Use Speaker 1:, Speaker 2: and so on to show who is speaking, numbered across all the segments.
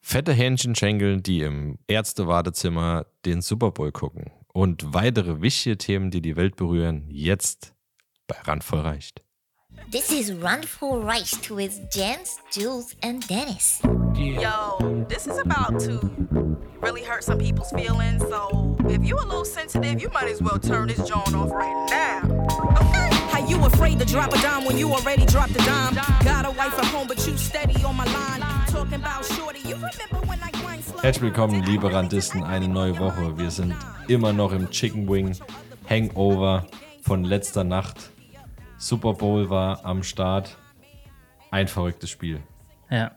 Speaker 1: Fette Hähnchenschenkel, die im Ärztewartezimmer den Super Bowl gucken. Und weitere wichtige Themen, die die Welt berühren, jetzt bei Randvoll Reicht.
Speaker 2: This is Run for Rice with Jens, Jules, and Dennis.
Speaker 3: Yo, this is about to really hurt some people's feelings. So if you a little sensitive, you might as well turn this joint off right now. Okay.
Speaker 4: How you afraid to drop a dime when you already dropped a dime? Got a wife at home, but you steady on my line. Talking about shorty, you remember when I wine slow?
Speaker 1: Herzlich willkommen, liebe Randisten, eine neue Woche. Wir sind immer noch im Chicken Wing Hangover von letzter Nacht. Super Bowl war am Start. Ein verrücktes Spiel.
Speaker 5: Ja.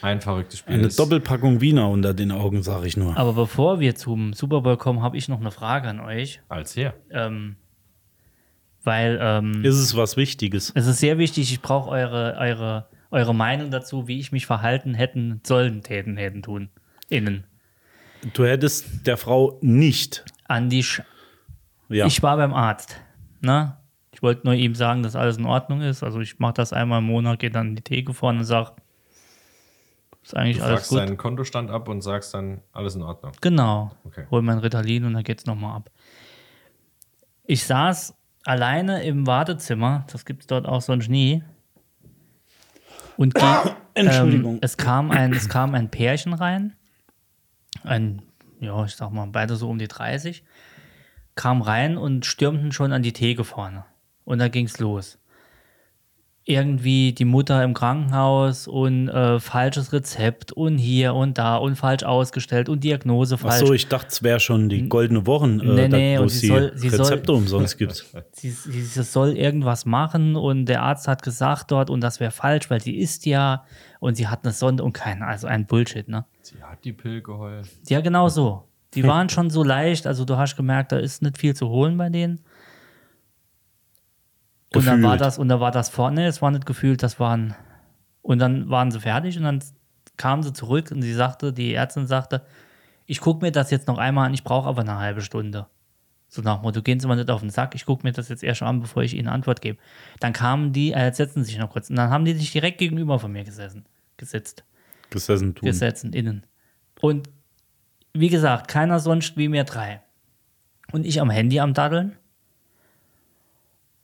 Speaker 1: Ein verrücktes Spiel.
Speaker 6: Eine
Speaker 1: Es-
Speaker 6: Doppelpackung Wiener unter den Augen, sag ich nur.
Speaker 5: Aber bevor wir zum Super Bowl kommen, habe ich noch eine Frage an euch.
Speaker 1: Als her.
Speaker 5: Ähm, weil ähm,
Speaker 6: Ist es was Wichtiges?
Speaker 5: es ist sehr wichtig, ich brauche eure, eure, eure Meinung dazu, wie ich mich verhalten hätten sollen, täten, hätten tun. Innen.
Speaker 6: Du hättest der Frau nicht.
Speaker 5: Andi, Sch
Speaker 6: Ja.
Speaker 5: ich war beim Arzt. Ne? Ich wollte nur ihm sagen, dass alles in Ordnung ist. Also ich mache das einmal im Monat, gehe dann in die Theke vorne und sage, ist eigentlich
Speaker 1: Du
Speaker 5: alles
Speaker 1: fragst
Speaker 5: gut.
Speaker 1: deinen Kontostand ab und sagst dann, alles in Ordnung.
Speaker 5: Genau.
Speaker 1: Okay.
Speaker 5: Hol mein Ritalin und dann geht's nochmal ab. Ich saß alleine im Wartezimmer, das gibt's dort auch sonst nie. Und ging,
Speaker 6: Entschuldigung.
Speaker 5: Ähm, es, kam ein, es kam ein Pärchen rein. Ein, ja, ich sag mal, beide so um die 30. Kam rein und stürmten schon an die Theke vorne. Und da ging's los. Irgendwie die Mutter im Krankenhaus und äh, falsches Rezept und hier und da und falsch ausgestellt und Diagnose falsch.
Speaker 6: Achso, ich dachte, es wäre schon die goldene Wochen, äh,
Speaker 5: Nee, nee,
Speaker 6: da, wo
Speaker 5: und
Speaker 6: es
Speaker 5: sie
Speaker 6: die
Speaker 5: soll- sie soll-
Speaker 6: Rezepte umsonst gibt.
Speaker 5: sie, sie, sie soll irgendwas machen und der Arzt hat gesagt dort und das wäre falsch, weil sie ist ja und sie hat eine Sonde und keine, also ein Bullshit, ne?
Speaker 1: Sie hat die Pill geheult.
Speaker 5: Ja, genau so. Die waren schon so leicht, also du hast gemerkt, da ist nicht viel zu holen bei denen. Und dann war
Speaker 6: Gefühlt.
Speaker 5: das, und da war das vorne, es war nicht gefühlt, das waren. Und dann waren sie fertig und dann kamen sie zurück und sie sagte, die Ärztin sagte, ich gucke mir das jetzt noch einmal an, ich brauche aber eine halbe Stunde. So nach dem Motto, gehen Sie mal nicht auf den Sack, ich gucke mir das jetzt erst an, bevor ich Ihnen Antwort gebe. Dann kamen die, äh, setzten sich noch kurz und dann haben die sich direkt gegenüber von mir gesessen, gesetzt
Speaker 6: Gesessen tun.
Speaker 5: gesetzen innen. Und wie gesagt, keiner sonst wie mir drei. Und ich am Handy am Daddeln.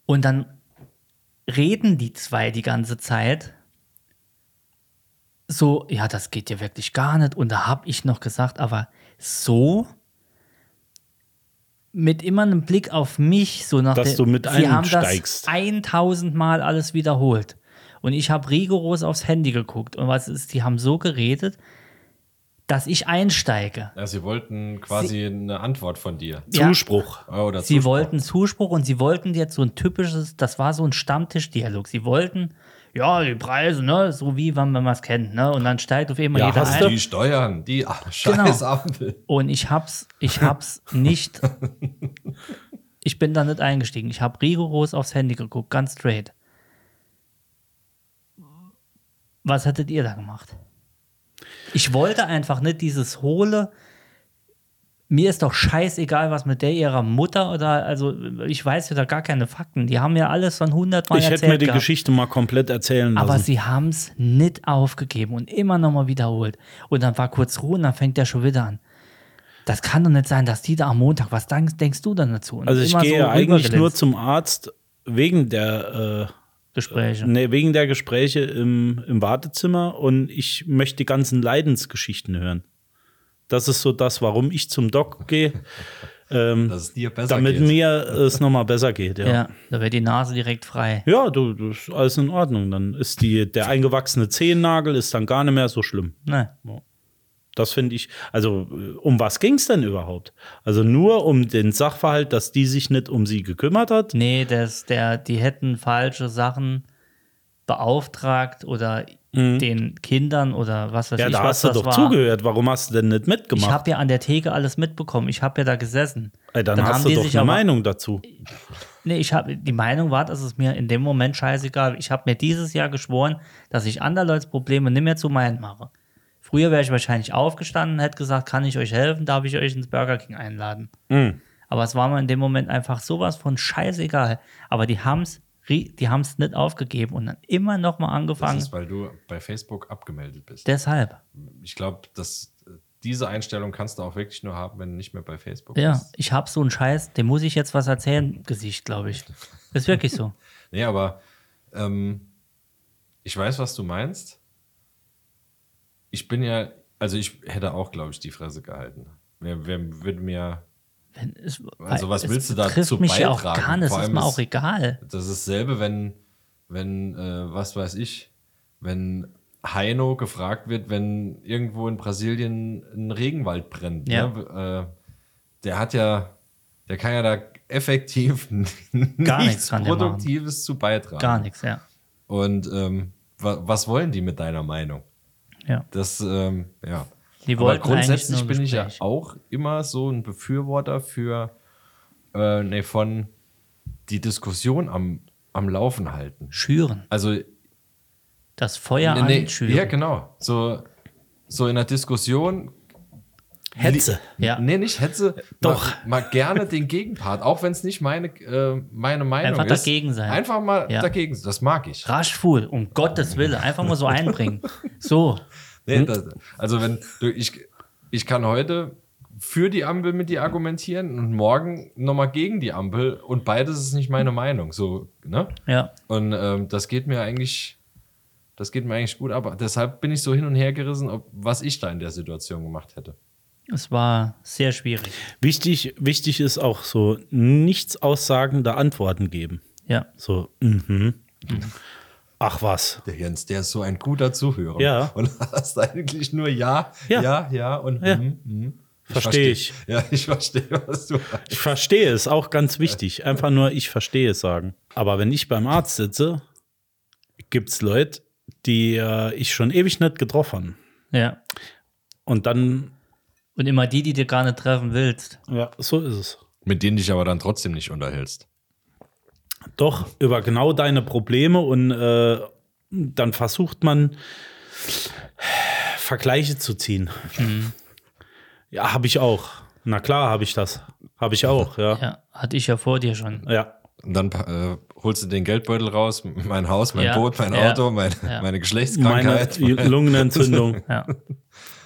Speaker 5: Und dann reden die zwei die ganze Zeit. So, ja, das geht dir wirklich gar nicht. Und da habe ich noch gesagt, aber so mit immer einem Blick auf mich, so nach
Speaker 6: Dass
Speaker 5: der-
Speaker 6: du mit
Speaker 5: sie haben das
Speaker 6: einsteigst.
Speaker 5: 1000 Mal alles wiederholt. Und ich habe rigoros aufs Handy geguckt. Und was ist, die haben so geredet, dass ich einsteige.
Speaker 1: Ja, sie wollten quasi eine Antwort von dir.
Speaker 5: Ja.
Speaker 6: Zuspruch.
Speaker 1: Oh, Oder
Speaker 5: Sie
Speaker 1: Zuspruch.
Speaker 5: wollten Zuspruch und sie wollten jetzt so ein typisches, das war so ein Stammtischdialog. Sie wollten, ja, die Preise, ne, so wie wenn man es kennt, ne? Und dann steigt auf einmal
Speaker 6: Ja,
Speaker 5: jeder
Speaker 6: hast
Speaker 5: ein.
Speaker 6: du-
Speaker 1: Die Steuern, die
Speaker 5: Genau.
Speaker 1: ah, scheiß Ampel.
Speaker 5: Und ich hab's, ich hab's nicht. Ich bin da nicht eingestiegen. Ich habe rigoros aufs Handy geguckt, ganz straight. Was hättet ihr da gemacht? Ich wollte einfach nicht dieses hohle. Mir ist doch scheißegal, was mit der ihrer Mutter oder also ich weiß ja da gar keine Fakten. Die haben ja alles schon hundertmal
Speaker 6: Ich
Speaker 5: erzählt.
Speaker 6: hätte mir die
Speaker 5: gehabt.
Speaker 6: Geschichte mal komplett erzählen
Speaker 5: Aber
Speaker 6: lassen.
Speaker 5: sie haben es nicht aufgegeben und immer nochmal wiederholt. Und dann war kurz Ruhe und dann fängt der schon wieder an. Das kann doch nicht sein, dass die da am Montag, was denk, denkst du dann dazu? Und
Speaker 6: also ich
Speaker 5: immer
Speaker 6: gehe
Speaker 5: so
Speaker 6: eigentlich nur
Speaker 5: rübergelenzt.
Speaker 6: zum Arzt wegen der, äh,
Speaker 5: Gespräche.
Speaker 6: nee, wegen der Gespräche im, im Wartezimmer und ich möchte die ganzen Leidensgeschichten hören. Das ist so das, warum ich zum Doc gehe,
Speaker 1: Dass es dir besser
Speaker 6: damit
Speaker 1: geht.
Speaker 6: mir es nochmal besser geht.
Speaker 5: ja. da wird die Nase direkt frei.
Speaker 6: Ja, du, du ist alles in Ordnung. Dann ist die, der eingewachsene Zehennagel ist dann gar nicht mehr so schlimm.
Speaker 5: Ne.
Speaker 6: Das finde ich, also äh, um was ging es denn überhaupt? Also nur um den Sachverhalt, dass die sich nicht um sie gekümmert hat.
Speaker 5: Nee, das, der, die hätten falsche Sachen beauftragt oder den Kindern oder was weiß
Speaker 6: Mhm. Ja,
Speaker 5: ich.
Speaker 6: da
Speaker 5: was
Speaker 6: hast du
Speaker 5: das
Speaker 6: doch
Speaker 5: war.
Speaker 6: zugehört. Warum hast du denn nicht
Speaker 5: Ich
Speaker 6: mitgemacht?
Speaker 5: habe ja an der Theke alles mitbekommen. Ich habe ja da gesessen.
Speaker 6: Ey, dann, hast du
Speaker 5: die
Speaker 6: doch
Speaker 5: sich
Speaker 6: eine
Speaker 5: aber-
Speaker 6: Meinung dazu.
Speaker 5: Nee, ich habe die Meinung war, dass es mir in dem Moment scheißegal. Ich habe mir dieses Jahr geschworen, dass ich anderleuts Probleme nicht mehr zu meinen mache. Früher wäre ich wahrscheinlich aufgestanden und hätte gesagt, kann ich euch helfen, darf ich euch ins Burger King
Speaker 1: Mhm.
Speaker 5: einladen. Aber es war mir in dem Moment einfach sowas von scheißegal. Aber die haben es ri- die haben es nicht aufgegeben und dann immer nochmal
Speaker 1: Das
Speaker 5: angefangen.
Speaker 1: ist, weil du bei Facebook abgemeldet bist.
Speaker 5: Deshalb.
Speaker 1: ich glaube, dass äh, diese Einstellung kannst du auch wirklich nur haben, wenn du nicht mehr bei Facebook
Speaker 5: Ja,
Speaker 1: bist.
Speaker 5: ich habe so einen Scheiß, dem muss ich jetzt was erzählen, Gesicht, glaube ich. Ist wirklich so.
Speaker 1: Nee, aber ähm, ich weiß, was du meinst. Ich bin ja, also ich hätte auch, glaube ich, die Fresse gehalten. Wer, wer würde mir,
Speaker 5: Wenn es,
Speaker 1: Also was
Speaker 5: es
Speaker 1: willst du dazu
Speaker 5: trifft mich ja auch
Speaker 1: beitragen?
Speaker 5: gar nicht,
Speaker 1: Vor
Speaker 5: ist
Speaker 1: allem
Speaker 5: mir
Speaker 1: ist-
Speaker 5: auch egal.
Speaker 1: das ist dasselbe, wenn, wenn, äh, was weiß ich, wenn Heino gefragt wird, wenn irgendwo in Brasilien ein Regenwald brennt.
Speaker 5: Ja.
Speaker 1: Ne? Äh, der hat ja, der kann ja da effektiv
Speaker 5: Gar nichts
Speaker 1: nichts
Speaker 5: kann der machen.
Speaker 1: Produktives zu beitragen.
Speaker 5: Gar nichts, ja.
Speaker 1: Und ähm, wa was wollen die mit deiner Meinung?
Speaker 5: ja.
Speaker 1: Das, ähm, ja.
Speaker 5: Die
Speaker 1: Aber
Speaker 5: wollten
Speaker 1: grundsätzlich
Speaker 5: eigentlich nur ein
Speaker 1: bin ich ja
Speaker 5: Gespräch.
Speaker 1: auch immer so ein Befürworter für, äh, nee, von die Diskussion am, am Laufen halten.
Speaker 5: Schüren.
Speaker 1: Also,
Speaker 5: Das Feuer
Speaker 1: nee, nee,
Speaker 5: anschüren.
Speaker 1: ja, genau. So, so in der Diskussion
Speaker 6: Hetze.
Speaker 5: Ja.
Speaker 1: Nee, nicht Hetze.
Speaker 6: Doch.
Speaker 1: Mal, mal gerne den Gegenpart, auch wenn es nicht meine, äh, meine Meinung
Speaker 5: Einfach
Speaker 1: ist.
Speaker 5: dagegen sein.
Speaker 1: Einfach mal
Speaker 5: Ja.
Speaker 1: dagegen. sein. Das mag ich.
Speaker 5: Rasch fuhl, um Gottes Willen, einfach mal so einbringen. So,
Speaker 1: Nee, das, also wenn du, ich, ich kann heute für die Ampel mit dir argumentieren und morgen nochmal gegen die Ampel und beides ist nicht meine Meinung. So, ne?
Speaker 5: ja.
Speaker 1: Und ähm, das geht mir eigentlich, das geht mir eigentlich gut, aber deshalb bin ich so hin und her gerissen, ob, was ich da in der Situation gemacht hätte.
Speaker 5: Es war sehr schwierig.
Speaker 6: Wichtig, wichtig ist auch so nichts aussagende Antworten geben.
Speaker 5: Ja.
Speaker 6: So, mhm. Ach was.
Speaker 1: Der Jens, der ist so ein guter Zuhörer.
Speaker 6: Ja.
Speaker 1: Und hast eigentlich nur Ja, Ja,
Speaker 6: Ja.
Speaker 1: Ja, und
Speaker 6: Ja.
Speaker 1: hm, hm.
Speaker 6: Verstehe ich.
Speaker 1: versteh. Ja, ich verstehe, was du meinst.
Speaker 6: Ich verstehe es, auch ganz wichtig. Einfach nur, ich verstehe es sagen. Aber wenn ich beim Arzt sitze, gibt es Leute, die äh, ich schon ewig nicht getroffen.
Speaker 5: Ja.
Speaker 6: Und dann,
Speaker 5: Und immer die, die dir gar nicht treffen willst.
Speaker 6: ja, so ist es.
Speaker 1: Mit denen dich aber dann trotzdem nicht unterhältst.
Speaker 6: Doch, über genau deine Probleme und äh, dann versucht man, Vergleiche zu ziehen. Ja, habe ich auch. Na klar, habe ich das. Habe ich auch, ja. ja.
Speaker 5: Ja, hatte ich ja vor dir schon.
Speaker 1: Und dann äh, holst du den Geldbeutel raus, mein Haus, mein
Speaker 5: Ja.
Speaker 1: Boot, mein
Speaker 5: Ja.
Speaker 1: Auto, mein,
Speaker 5: Ja.
Speaker 1: meine
Speaker 6: Meine
Speaker 1: Geschlechtskrankheit.
Speaker 6: Lungenentzündung
Speaker 5: Ja.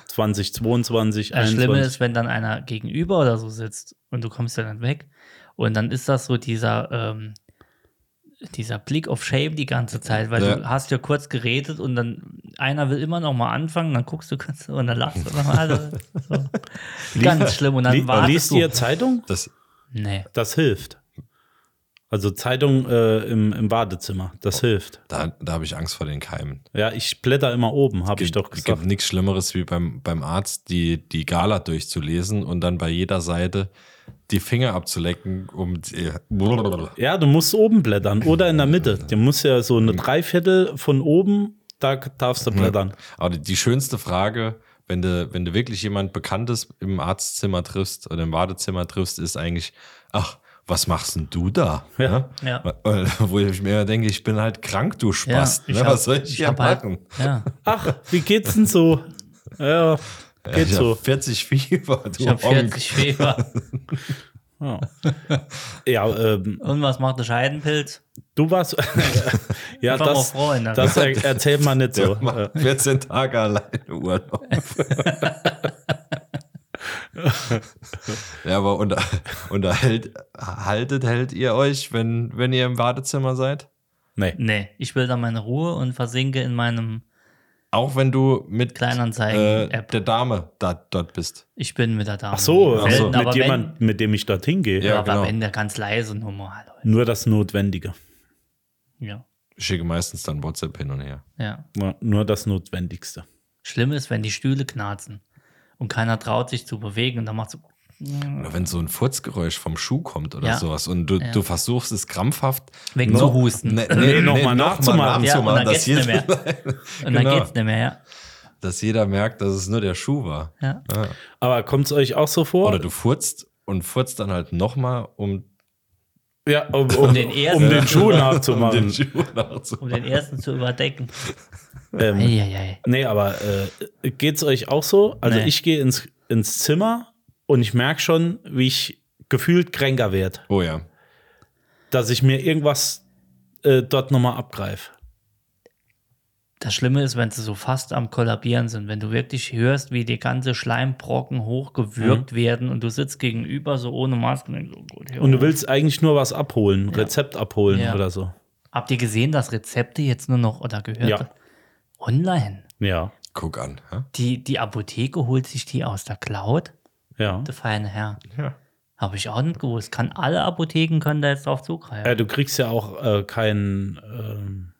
Speaker 6: 2022,
Speaker 1: Ähm,
Speaker 5: Das Schlimme
Speaker 6: 21.
Speaker 5: ist, wenn dann einer gegenüber oder so sitzt und du kommst ja dann weg. Und dann ist das so dieser, ähm, dieser Blick auf Shame die ganze Zeit, weil
Speaker 1: Ja.
Speaker 5: du hast ja kurz geredet und dann einer will immer noch mal anfangen, dann guckst du kurz und dann lachst du nochmal. So. Ganz schlimm. Und dann
Speaker 6: Li
Speaker 5: wartest
Speaker 6: liest
Speaker 5: du.
Speaker 6: ihr Zeitung?
Speaker 1: das,
Speaker 5: Nee.
Speaker 6: Das hilft. Also Zeitung äh, im, im Badezimmer, das hilft.
Speaker 1: da da habe ich Angst vor den Keimen.
Speaker 6: Ja, ich blätter immer oben, habe ich doch
Speaker 1: Es gibt
Speaker 6: gesagt.
Speaker 1: nichts Schlimmeres, wie beim, beim Arzt die, die Gala durchzulesen und dann bei jeder Seite die Finger abzulecken, um äh, die,
Speaker 6: Ja, du musst oben blättern oder in der Mitte. Du musst ja so eine Dreiviertel von oben, da darfst du blättern.
Speaker 1: Aber die- die schönste Frage, wenn du, wenn du wirklich jemand Bekanntes im Arztzimmer triffst oder im Wartezimmer triffst, ist eigentlich, ach, was machst denn du da? Ne?
Speaker 6: Ja.
Speaker 5: Ja.
Speaker 1: Weil- Wo ich mir immer denke, ich bin halt krank, du
Speaker 5: Ja,
Speaker 1: Spast.
Speaker 5: ich
Speaker 1: ne?
Speaker 5: hab-
Speaker 1: Was soll ich hier
Speaker 5: hab halt-
Speaker 1: machen?
Speaker 5: Ja,
Speaker 6: Ach, wie geht's denn so? Ja, geht
Speaker 1: ich
Speaker 6: so.
Speaker 1: hab 40 Fieber, du
Speaker 5: ich habe
Speaker 1: Honk.
Speaker 5: 40 Fieber.
Speaker 6: Ja, ja ähm,
Speaker 5: Und was macht der Scheidenpilz?
Speaker 6: du warst. ja,
Speaker 5: Ich war mal
Speaker 6: das,
Speaker 5: froh in der-
Speaker 6: das er, erzählt man nicht so. Äh,
Speaker 1: Der macht 14 Tage alleine Urlaub. ja, aber unter, unterhält, haltet, hält ihr euch, wenn, wenn ihr im Wartezimmer seid?
Speaker 6: Nee.
Speaker 5: Nee, ich will da meine Ruhe und versinke in meinem.
Speaker 1: Auch wenn du mit äh,
Speaker 5: Kleinanzeigen-App.
Speaker 1: der Dame da, dort bist.
Speaker 5: Ich bin mit der Dame.
Speaker 6: Ach so,
Speaker 5: Selten,
Speaker 6: also
Speaker 5: aber
Speaker 6: mit
Speaker 5: wenn-
Speaker 6: jemand, mit dem ich dorthin gehe.
Speaker 1: Ja,
Speaker 5: Ja, aber
Speaker 1: genau.
Speaker 5: wenn der ganz leise Nummer, hallo.
Speaker 6: Nur das Notwendige.
Speaker 5: Ja,
Speaker 1: Ich schicke meistens dann WhatsApp hin und her.
Speaker 5: ja.
Speaker 6: Ja, nur das Notwendigste.
Speaker 5: Schlimm ist, wenn die Stühle knarzen und keiner traut sich zu bewegen und dann macht so.
Speaker 1: Oder wenn so ein Furzgeräusch vom Schuh kommt oder
Speaker 5: Ja.
Speaker 1: sowas und du, du versuchst es krampfhaft ne,
Speaker 5: Wegzuhusten.
Speaker 1: Nee,
Speaker 6: Nee, noch mal nachzumachen.
Speaker 5: Ja, und dann
Speaker 1: dass,
Speaker 5: geht's nicht mehr.
Speaker 1: jeder,
Speaker 5: Und
Speaker 1: Genau.
Speaker 5: dann geht's nicht mehr, ja.
Speaker 1: dass jeder merkt, dass es nur der Schuh war.
Speaker 5: ja.
Speaker 6: Aber kommt es euch auch so vor?
Speaker 1: Oder du furzt und furzt dann halt nochmal, um
Speaker 6: ja, um, um,
Speaker 5: den ersten-
Speaker 6: um den Schuh
Speaker 1: um den
Speaker 6: nachzumachen.
Speaker 1: Schuh nachzumachen.
Speaker 5: Um den ersten zu überdecken.
Speaker 6: Ähm,
Speaker 5: Eieiei.
Speaker 6: Nee, aber äh, geht's euch auch so? Also
Speaker 5: Nee.
Speaker 6: ich gehe ins, ins Zimmer und ich merke schon, wie ich gefühlt kränker werde,
Speaker 1: Oh ja.
Speaker 6: dass ich mir irgendwas äh, dort nochmal abgreife.
Speaker 5: Das Schlimme ist, wenn sie so fast am Kollabieren sind, wenn du wirklich hörst, wie die ganze Schleimbrocken hochgewürgt werden und du sitzt gegenüber so ohne Maske. Und, denkst, oh Gott, hier
Speaker 6: Und du
Speaker 5: oben.
Speaker 6: willst eigentlich nur was abholen, Rezept abholen
Speaker 5: Ja.
Speaker 6: oder so.
Speaker 5: Habt ihr gesehen, dass Rezepte jetzt nur noch oder gehört?
Speaker 6: Ja.
Speaker 5: Online.
Speaker 6: Ja,
Speaker 1: Guck an. Hä?
Speaker 5: Die, die Apotheke holt sich die aus der Cloud.
Speaker 6: ja.
Speaker 5: Der feine Herr.
Speaker 1: Ja.
Speaker 5: Habe ich auch nicht gewusst. Kann alle Apotheken können da jetzt drauf zugreifen.
Speaker 6: Ja, du kriegst ja auch äh, keinen ähm,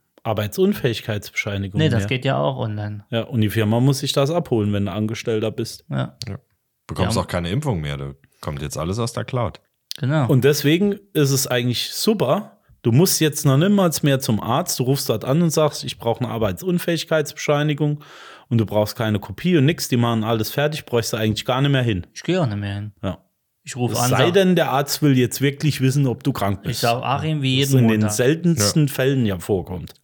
Speaker 6: Arbeitsunfähigkeitsbescheinigung.
Speaker 5: nee, das
Speaker 6: mehr.
Speaker 5: geht ja auch online.
Speaker 6: Ja, und die Firma muss sich das abholen, wenn du Angestellter bist.
Speaker 5: Ja,
Speaker 1: Bekommst
Speaker 5: Ja.
Speaker 1: auch keine Impfung mehr. Da kommt jetzt alles aus der Cloud.
Speaker 5: genau.
Speaker 6: Und deswegen ist es eigentlich super. Du musst jetzt noch niemals mehr zum Arzt. Du rufst dort an und sagst, ich brauche eine Arbeitsunfähigkeitsbescheinigung und du brauchst keine Kopie und nix. Die machen alles fertig, bräuchst du eigentlich gar nicht mehr hin.
Speaker 5: ich gehe auch nicht mehr hin.
Speaker 6: Ja.
Speaker 5: Ich rufe
Speaker 6: Es
Speaker 5: an.
Speaker 6: sei
Speaker 5: Sag,
Speaker 6: denn, der Arzt will jetzt wirklich wissen, ob du krank bist.
Speaker 5: ich sage Achim wie
Speaker 6: was
Speaker 5: jeden
Speaker 6: in den
Speaker 5: Montag.
Speaker 6: seltensten Fällen ja vorkommt.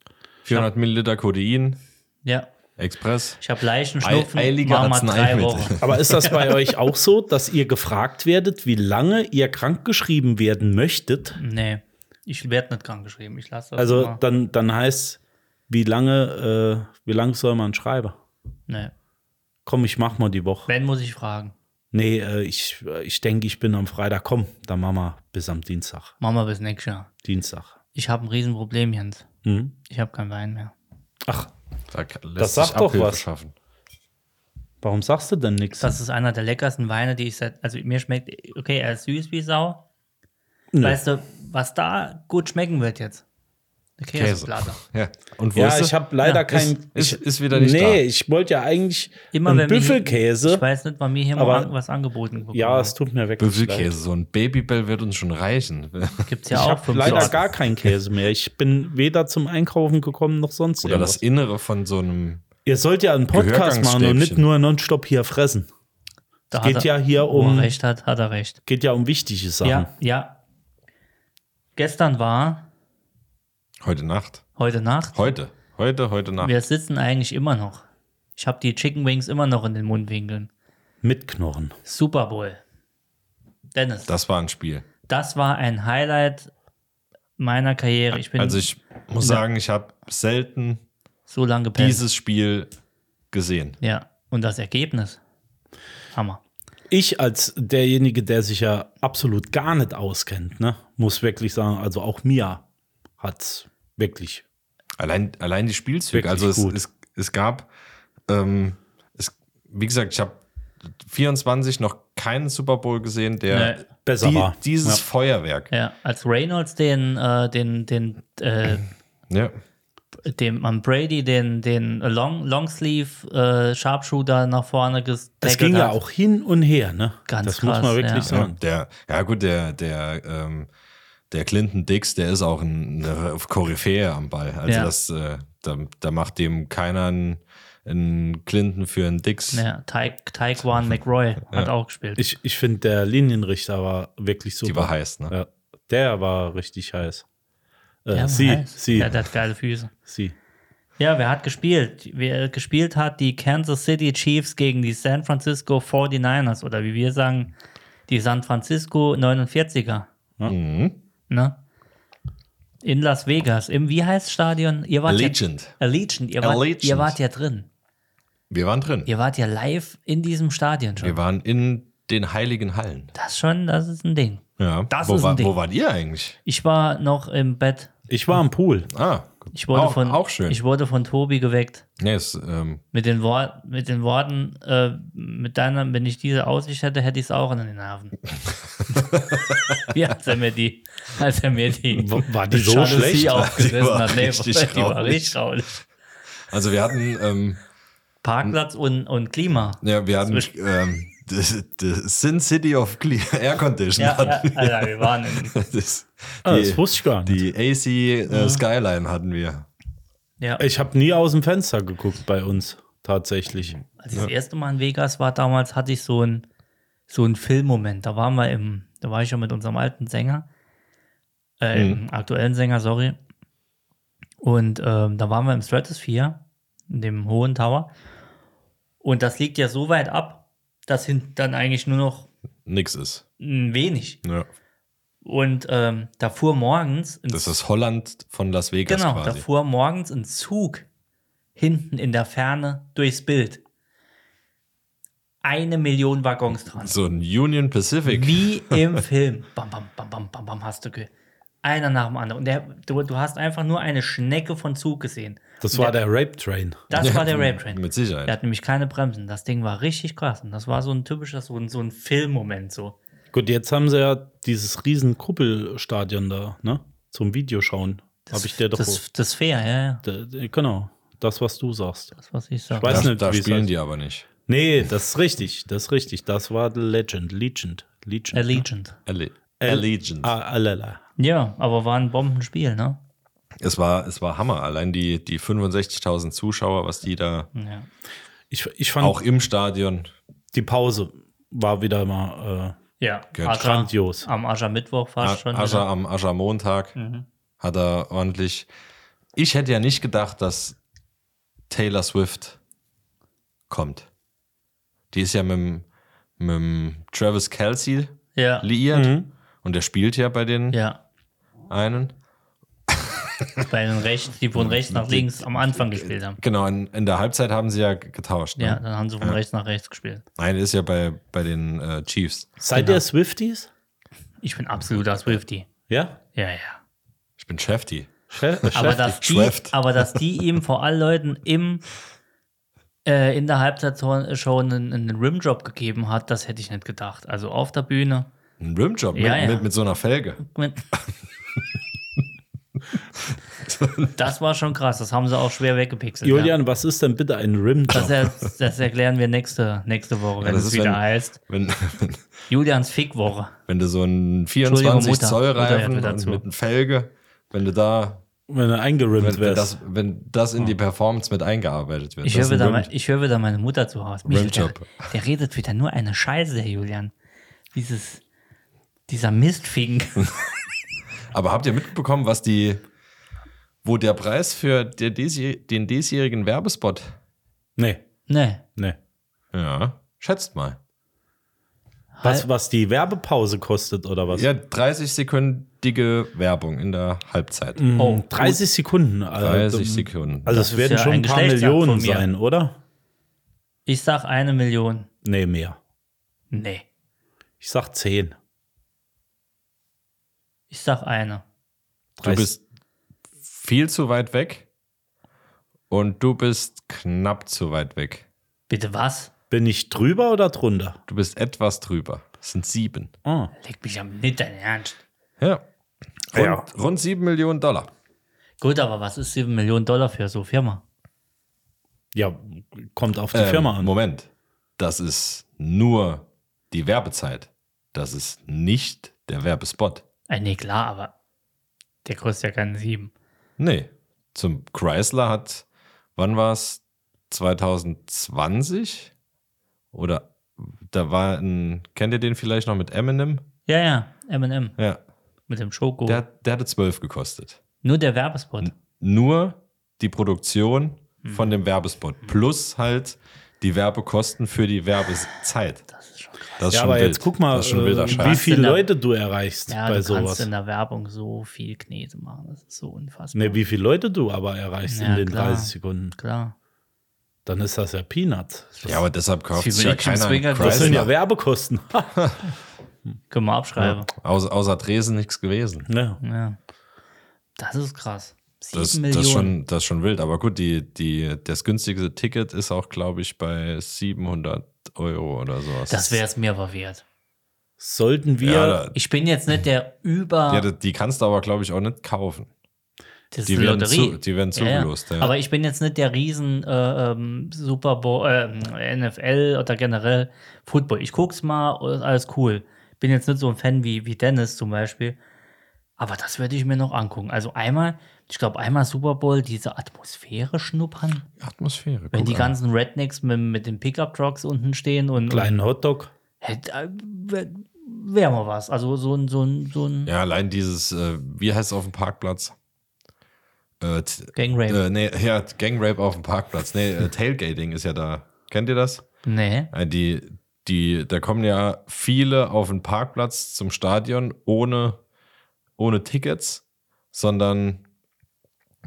Speaker 1: 400 Milliliter Codein,
Speaker 5: ja.
Speaker 1: Express.
Speaker 5: Ich habe leichten
Speaker 1: Ei-
Speaker 5: Schnupfen.
Speaker 1: eilige
Speaker 5: mach mal drei
Speaker 1: Arzneimittel.
Speaker 5: Wochen.
Speaker 6: Aber ist das bei euch auch so, dass ihr gefragt werdet, wie lange ihr krankgeschrieben werden möchtet?
Speaker 5: Nee, ich werde nicht krank geschrieben. Ich lasse das.
Speaker 6: Also
Speaker 5: mal.
Speaker 6: dann, dann heißt, wie lange, äh, wie lang soll man schreiben?
Speaker 5: nee.
Speaker 6: Komm, ich mach mal die Woche.
Speaker 5: Ben muss ich fragen.
Speaker 6: Nee, äh, ich, äh, ich denke, ich bin am Freitag. Komm, dann machen wir bis am Dienstag.
Speaker 5: Mama bis nächstes Jahr.
Speaker 6: Dienstag.
Speaker 5: Ich habe ein Riesenproblem, Jens.
Speaker 6: Mhm.
Speaker 5: Ich habe keinen Wein mehr.
Speaker 6: Ach,
Speaker 1: Da k- lässt
Speaker 6: Das sagt
Speaker 1: sich
Speaker 6: doch
Speaker 1: Abhilfe
Speaker 6: was.
Speaker 1: Schaffen.
Speaker 6: warum sagst du denn nichts?
Speaker 5: Das ist einer der leckersten Weine, die ich seit. Also mir schmeckt. Okay, er ist süß wie Sau.
Speaker 6: Nö.
Speaker 5: Weißt du, was da gut schmecken wird jetzt? Eine Käseplatte.
Speaker 1: Ja. Und wo
Speaker 6: ja,
Speaker 1: ist
Speaker 6: ich
Speaker 1: sie?
Speaker 6: habe leider
Speaker 5: Ja,
Speaker 6: keinen.
Speaker 1: ist-
Speaker 6: ich-
Speaker 1: ist wieder nicht
Speaker 6: Nee,
Speaker 1: da.
Speaker 6: ich wollte ja eigentlich
Speaker 5: Immer
Speaker 6: einen
Speaker 5: wenn wir hier-
Speaker 6: Büffelkäse.
Speaker 5: Ich weiß nicht, wann mir hier
Speaker 6: Aber-
Speaker 5: mal an- was angeboten bekommen
Speaker 6: ja, es tut mir wirklich leid.
Speaker 1: Büffelkäse, so ein Babybell wird uns schon reichen.
Speaker 5: Gibt es
Speaker 6: Ich
Speaker 5: ja auch
Speaker 6: habe
Speaker 5: fünf
Speaker 6: leider
Speaker 5: Sorten.
Speaker 6: gar keinen Käse mehr. Ich bin weder zum Einkaufen gekommen noch sonst
Speaker 1: Oder das
Speaker 6: irgendwas.
Speaker 1: Innere von so einem.
Speaker 6: Ihr sollt ja einen Podcast machen und nicht
Speaker 1: Gehörgangsstäbchen.
Speaker 6: nur nonstop hier fressen.
Speaker 5: Da
Speaker 6: Es
Speaker 5: hat
Speaker 6: geht
Speaker 5: er-
Speaker 6: ja hier
Speaker 5: Wo
Speaker 6: um,
Speaker 5: er recht hat, hat er recht.
Speaker 6: geht ja um wichtige Sachen.
Speaker 5: Ja, ja. Gestern war,
Speaker 1: Heute Nacht.
Speaker 5: heute Nacht,
Speaker 1: Heute. Heute, heute Nacht.
Speaker 5: wir sitzen eigentlich immer noch. Ich habe die Chicken Wings immer noch in den Mundwinkeln.
Speaker 6: Mit Knochen.
Speaker 5: Super Bowl. Dennis, das,
Speaker 1: Das war ein Spiel.
Speaker 5: war ein Highlight meiner Karriere. Ich bin
Speaker 1: Also ich muss sagen, ich habe selten
Speaker 5: so lange gepennt.
Speaker 1: dieses Spiel gesehen.
Speaker 5: ja, und das Ergebnis. Hammer.
Speaker 6: Ich als derjenige, der sich ja absolut gar nicht auskennt, ne, muss wirklich sagen, also auch Mia hat's wirklich.
Speaker 1: Allein, allein die Spielzüge.
Speaker 6: Wirklich
Speaker 1: also es,
Speaker 6: gut.
Speaker 1: es, es gab, ähm, es, wie gesagt, ich habe 24 noch keinen Super Bowl gesehen, der
Speaker 5: Nee.
Speaker 6: Besser
Speaker 1: die,
Speaker 6: war.
Speaker 1: dieses
Speaker 6: Ja.
Speaker 1: Feuerwerk.
Speaker 5: Ja, als Reynolds den, äh, den, den, äh,
Speaker 1: Ja.
Speaker 5: dem am Brady den, den Long, Longsleeve äh, Sharpshooter nach vorne gestackelt
Speaker 6: Das ging ja
Speaker 5: hat.
Speaker 6: auch hin und her, ne?
Speaker 5: Ganz
Speaker 6: das muss
Speaker 5: krass,
Speaker 6: man wirklich
Speaker 5: ja.
Speaker 1: Ja,
Speaker 6: sagen.
Speaker 1: der, ja gut, der, der, ähm, der Clinton Dix, der ist auch ein eine Koryphäe am Ball. Also
Speaker 5: Ja.
Speaker 1: das, äh, da, da macht dem keiner einen, einen Clinton für einen Dix.
Speaker 5: Ja, Ty- Tyquan McRoy hat auch gespielt.
Speaker 6: Ich, ich finde, der Linienrichter war wirklich super.
Speaker 1: Die war heiß, ne?
Speaker 6: Ja, der war richtig heiß. Äh,
Speaker 5: Ja,
Speaker 6: sie,
Speaker 5: nice.
Speaker 6: sie,
Speaker 5: Ja, der hat geile Füße.
Speaker 6: sie.
Speaker 5: Ja, wer hat gespielt? Wer gespielt hat die Kansas City Chiefs gegen die San Francisco 49ers oder wie wir sagen, die San Francisco 49er.
Speaker 1: Mhm.
Speaker 5: Ne? In Las Vegas, im wie heißt Stadion? Ihr wart
Speaker 1: Allegiant.
Speaker 5: Ja, Allegiant. Ihr wart,
Speaker 1: Allegiant.
Speaker 5: ihr wart ja drin.
Speaker 1: Wir waren drin.
Speaker 5: Ihr wart ja live in diesem Stadion schon.
Speaker 1: Wir waren in den heiligen Hallen.
Speaker 5: Das schon, das ist ein Ding.
Speaker 1: Ja.
Speaker 5: Das
Speaker 1: wo,
Speaker 5: ist ein
Speaker 1: war,
Speaker 5: Ding.
Speaker 1: wo wart ihr eigentlich?
Speaker 5: Ich war noch im Bett.
Speaker 6: Ich war am Pool.
Speaker 1: Ah,
Speaker 5: Ich wurde
Speaker 1: auch,
Speaker 5: von
Speaker 1: auch schön.
Speaker 5: ich wurde von Tobi geweckt
Speaker 1: nee, es, ähm,
Speaker 5: mit den Wort, mit den Worten äh, mit deiner wenn ich diese Aussicht hätte, hätte ich es auch in den Hafen. Wie als er mir die als er mir die
Speaker 6: War die so
Speaker 5: Jalousie
Speaker 6: schlecht?
Speaker 5: aufgerissen
Speaker 1: Die war
Speaker 5: hat. Nee,
Speaker 1: richtig
Speaker 5: die war
Speaker 1: graulich.
Speaker 5: richtig graulich.
Speaker 1: also wir hatten, ähm,
Speaker 5: Parkplatz und, und Klima.
Speaker 1: ja, wir hatten
Speaker 5: Zwischen-
Speaker 1: ähm, the, the Sin City of Cle- Air Condition.
Speaker 5: Ja, ja,
Speaker 1: hatten wir.
Speaker 5: Alter, wir waren in,
Speaker 1: das,
Speaker 6: Ah,
Speaker 1: die,
Speaker 6: das wusste ich gar nicht.
Speaker 1: die AC äh, Skyline hatten wir.
Speaker 5: ja.
Speaker 6: Ich habe nie aus dem Fenster geguckt bei uns, tatsächlich.
Speaker 5: Als ich das erste Mal in Vegas war damals, hatte ich so einen so einen Filmmoment. Da waren wir im, da war ich schon mit unserem alten Sänger, äh, im
Speaker 1: Mhm.
Speaker 5: aktuellen Sänger, sorry. Und ähm, da waren wir im Stratosphere, in dem hohen Tower. Und das liegt ja so weit ab, dass hinten dann eigentlich nur noch
Speaker 1: Nix ist.
Speaker 5: ein wenig.
Speaker 1: Ja.
Speaker 5: Und ähm, da fuhr morgens ein
Speaker 1: Das ist Holland von Las Vegas
Speaker 5: Genau, da
Speaker 1: quasi.
Speaker 5: fuhr morgens ein Zug hinten in der Ferne durchs Bild. Eine Million Waggons dran.
Speaker 1: So ein Union Pacific.
Speaker 5: Wie im Film. Bam, bam, bam, bam, bam, bam, hast du ge. Einer nach dem anderen. Und der, du, du hast einfach nur eine Schnecke von Zug gesehen.
Speaker 6: Das
Speaker 5: Und
Speaker 6: war der Rape Train.
Speaker 5: Das war der Rape Train.
Speaker 1: Mit Sicherheit.
Speaker 5: Der hat nämlich keine Bremsen. Das Ding war richtig krass. Und das war so ein typischer, so ein, so ein Filmmoment so.
Speaker 6: Gut, jetzt haben sie ja dieses riesen Kuppelstadion da, ne? Zum Videoschauen. Habe ich dir doch.
Speaker 5: Das, das fair, ja, ja.
Speaker 6: Da- da- Genau, das, was du sagst.
Speaker 5: Das, was ich
Speaker 6: Ich
Speaker 5: sage.
Speaker 6: weiß
Speaker 1: Da,
Speaker 6: nicht,
Speaker 1: da
Speaker 6: wie es
Speaker 1: spielen
Speaker 6: heißt.
Speaker 1: die aber nicht.
Speaker 6: Nee, das ist richtig, das ist richtig. Das war The Legend, Legend, Legend.
Speaker 5: Äh, Allegiant.
Speaker 1: Alle
Speaker 6: Al-
Speaker 1: Allegiant.
Speaker 6: Ah, alala.
Speaker 5: Ja, aber war ein Bombenspiel, ne?
Speaker 1: Es war, es war Hammer. Allein die, die 65.000 Zuschauer, was die da
Speaker 5: Ja.
Speaker 6: Ich, ich fand
Speaker 1: auch im Stadion.
Speaker 6: die Pause war wieder mal
Speaker 5: Ja,
Speaker 1: Gehört
Speaker 6: äh,
Speaker 5: Ascher-
Speaker 6: grandios.
Speaker 5: Am Aschermittwoch
Speaker 1: A-
Speaker 5: fast schon. Mhm.
Speaker 1: Ascher am Aschermontag hat er ordentlich. Ich hätte ja nicht gedacht, dass Taylor Swift kommt. Die ist ja mit, dem- mit dem Travis Kelsey
Speaker 5: ja.
Speaker 1: liiert und der spielt ja bei den
Speaker 5: ja.
Speaker 1: einen.
Speaker 5: Bei den rechts, die von rechts nach links am Anfang gespielt haben.
Speaker 1: Genau, in, in der Halbzeit haben sie ja g- getauscht. Ne?
Speaker 5: Ja, dann haben sie von rechts nach rechts gespielt.
Speaker 1: Nein, ist ja bei, bei den äh, Chiefs.
Speaker 6: Seid ihr Swifties?
Speaker 5: Ich bin absoluter Swifty.
Speaker 6: Ja?
Speaker 5: Ja, ja.
Speaker 1: Ich bin Shefty.
Speaker 6: Che- äh,
Speaker 5: Aber
Speaker 6: Chef-
Speaker 5: dass, die,
Speaker 1: Schweft.
Speaker 5: aber dass die ihm vor allen Leuten im, äh, in der Halbzeitshow einen, einen Rimjob gegeben hat, das hätte ich nicht gedacht. Also auf der Bühne.
Speaker 1: Ein Rimjob
Speaker 5: Ja,
Speaker 1: mit,
Speaker 5: ja.
Speaker 1: Mit, mit so einer Felge.
Speaker 5: Moment. Das war schon krass. Das haben sie auch schwer weggepixelt. ja.
Speaker 6: Julian, was ist denn bitte ein Rimjob?
Speaker 5: Das, er, das erklären wir nächste, nächste Woche, wenn
Speaker 1: das
Speaker 5: es
Speaker 1: ist,
Speaker 5: wieder
Speaker 1: wenn-
Speaker 5: heißt.
Speaker 1: Wenn, wenn,
Speaker 5: Julians Fickwoche.
Speaker 1: wenn du so einen
Speaker 5: Entschuldigung,
Speaker 1: 24
Speaker 5: Mutter.
Speaker 1: Zoll
Speaker 5: Mutter hört
Speaker 1: Reifen
Speaker 5: mir
Speaker 1: und
Speaker 5: dazu.
Speaker 1: mit einer Felge, wenn du da,
Speaker 6: Wenn du eingerimmt
Speaker 1: wenn, wenn,
Speaker 6: wärst.
Speaker 1: das, wenn das in die Performance mit eingearbeitet wird.
Speaker 5: Ich
Speaker 1: das ist
Speaker 5: höre, wieder
Speaker 1: ein
Speaker 5: mein,
Speaker 1: Rim-
Speaker 5: ich höre wieder meine Mutter zu Hause. Michel, der,
Speaker 1: Rimjob.
Speaker 5: der redet wieder nur eine Scheiße, der Julian. Dieses, dieser Mistfink.
Speaker 1: Aber habt ihr mitbekommen, was die, wo der Preis für der, diesjäh- den diesjährigen Werbespot?
Speaker 6: nee,
Speaker 5: ne,
Speaker 6: nee.
Speaker 1: Ja, schätzt mal.
Speaker 6: Was, was die Werbepause kostet oder was?
Speaker 1: Ja, 30-sekündige Werbung in der Halbzeit.
Speaker 5: oh,
Speaker 6: 30 Hm, Sekunden. Alter.
Speaker 1: 30 Sekunden.
Speaker 6: Mhm. Also es werden
Speaker 5: ja
Speaker 6: schon
Speaker 5: ein
Speaker 6: ein paar
Speaker 5: Geschlechtsakt
Speaker 6: Millionen
Speaker 5: von mir.
Speaker 6: sein, oder?
Speaker 5: ich sag eine Million. Ne,
Speaker 6: Nee, mehr.
Speaker 5: Nee,
Speaker 6: Ich sag 10.
Speaker 5: ich sag eine.
Speaker 1: du bist viel zu weit weg und du bist knapp zu weit weg.
Speaker 5: Bitte was?
Speaker 6: Bin ich drüber oder drunter?
Speaker 1: Du bist etwas drüber. Das sind sieben.
Speaker 6: Ah.
Speaker 5: Leg mich am nicht dein Ernst.
Speaker 1: Ja. Rund,
Speaker 6: Ja.
Speaker 1: rund sieben Millionen Dollar.
Speaker 5: Gut, aber was ist 7 Millionen Dollar für so eine Firma?
Speaker 6: Ja, kommt auf die
Speaker 1: Ähm,
Speaker 6: Firma an.
Speaker 1: Moment. Das ist nur die Werbezeit. Das ist nicht der Werbespot.
Speaker 5: Äh, nee, klar, aber der kostet ja keine 7.
Speaker 1: Nee. Zum Chrysler hat, wann war es? 2020? Oder da war ein, kennt ihr den vielleicht noch mit Eminem?
Speaker 5: Ja, ja, M&M
Speaker 1: Ja.
Speaker 5: mit dem Schoko.
Speaker 1: Der, der hatte 12 gekostet.
Speaker 5: Nur der Werbespot.
Speaker 1: Nur die Produktion von dem Werbespot.
Speaker 6: Mhm.
Speaker 1: Plus halt die Werbekosten für die Werbezeit.
Speaker 5: Das ist schon krass.
Speaker 1: Das ist
Speaker 6: Ja,
Speaker 1: schon
Speaker 6: aber
Speaker 1: wild.
Speaker 6: jetzt guck mal,
Speaker 1: das ist schon
Speaker 6: äh,
Speaker 1: wilder
Speaker 6: wie
Speaker 1: Scheiß.
Speaker 6: viele
Speaker 5: Kannst du da-
Speaker 6: Leute du erreichst
Speaker 5: Ja,
Speaker 6: bei
Speaker 5: du kannst
Speaker 6: sowas.
Speaker 5: in der Werbung so viel Knete machen. Das ist so unfassbar.
Speaker 6: Ne, wie viele Leute du aber erreichst
Speaker 5: Ja,
Speaker 6: in den
Speaker 5: klar.
Speaker 6: 30 Sekunden.
Speaker 5: Klar.
Speaker 6: Dann ist das ja Peanuts.
Speaker 1: Ja, aber deshalb kauft
Speaker 5: Wie
Speaker 1: sich ja
Speaker 5: will ich im
Speaker 1: keiner
Speaker 5: Swinger-
Speaker 1: einen
Speaker 6: Das sind ja
Speaker 1: Chrysler.
Speaker 6: Werbekosten.
Speaker 5: Können wir abschreiben.
Speaker 1: Außer, außer Dresden nichts gewesen.
Speaker 6: ja.
Speaker 5: Ja. Das ist krass. Sieben
Speaker 1: Das,
Speaker 5: Millionen.
Speaker 1: das, ist schon, das ist schon wild. Aber gut, die, die, das günstigste Ticket ist auch, glaube ich, bei 700 Euro oder sowas.
Speaker 5: das wäre es mir aber wert.
Speaker 6: Sollten wir,
Speaker 1: Ja, da-
Speaker 5: Ich bin jetzt nicht der über
Speaker 1: ja, die, die kannst du aber, glaube ich, auch nicht kaufen.
Speaker 5: das
Speaker 1: die
Speaker 5: ist eine
Speaker 1: werden
Speaker 5: Lotterie.
Speaker 1: zu- die werden
Speaker 5: Ja, ja.
Speaker 1: zugelost, ja.
Speaker 5: Aber ich bin jetzt nicht der riesen äh, ähm, Super Bowl, äh, NFL oder generell Football. Ich guck's mal, ist alles cool. Bin jetzt nicht so ein Fan wie, wie Dennis zum Beispiel. Aber das würde ich mir noch angucken. Also einmal, ich glaube, einmal Super Bowl, diese Atmosphäre schnuppern.
Speaker 1: Atmosphäre.
Speaker 5: Wenn
Speaker 1: guck
Speaker 5: die
Speaker 1: an.
Speaker 5: ganzen Rednecks mit, mit den Pickup-Trucks unten stehen und, und
Speaker 6: kleinen Hotdog,
Speaker 5: wäre wär mal was. Also so ein, so ein, so ein
Speaker 1: Ja, allein dieses, äh, wie heißt es auf dem Parkplatz? Äh, t-
Speaker 5: Gangrape.
Speaker 1: Äh, nee, ja, Gangrape auf dem Parkplatz. Nee, äh, Tailgating ist ja da. Kennt ihr das?
Speaker 5: nee.
Speaker 1: Äh, die, die, da kommen ja viele auf den Parkplatz zum Stadion ohne ohne Tickets, sondern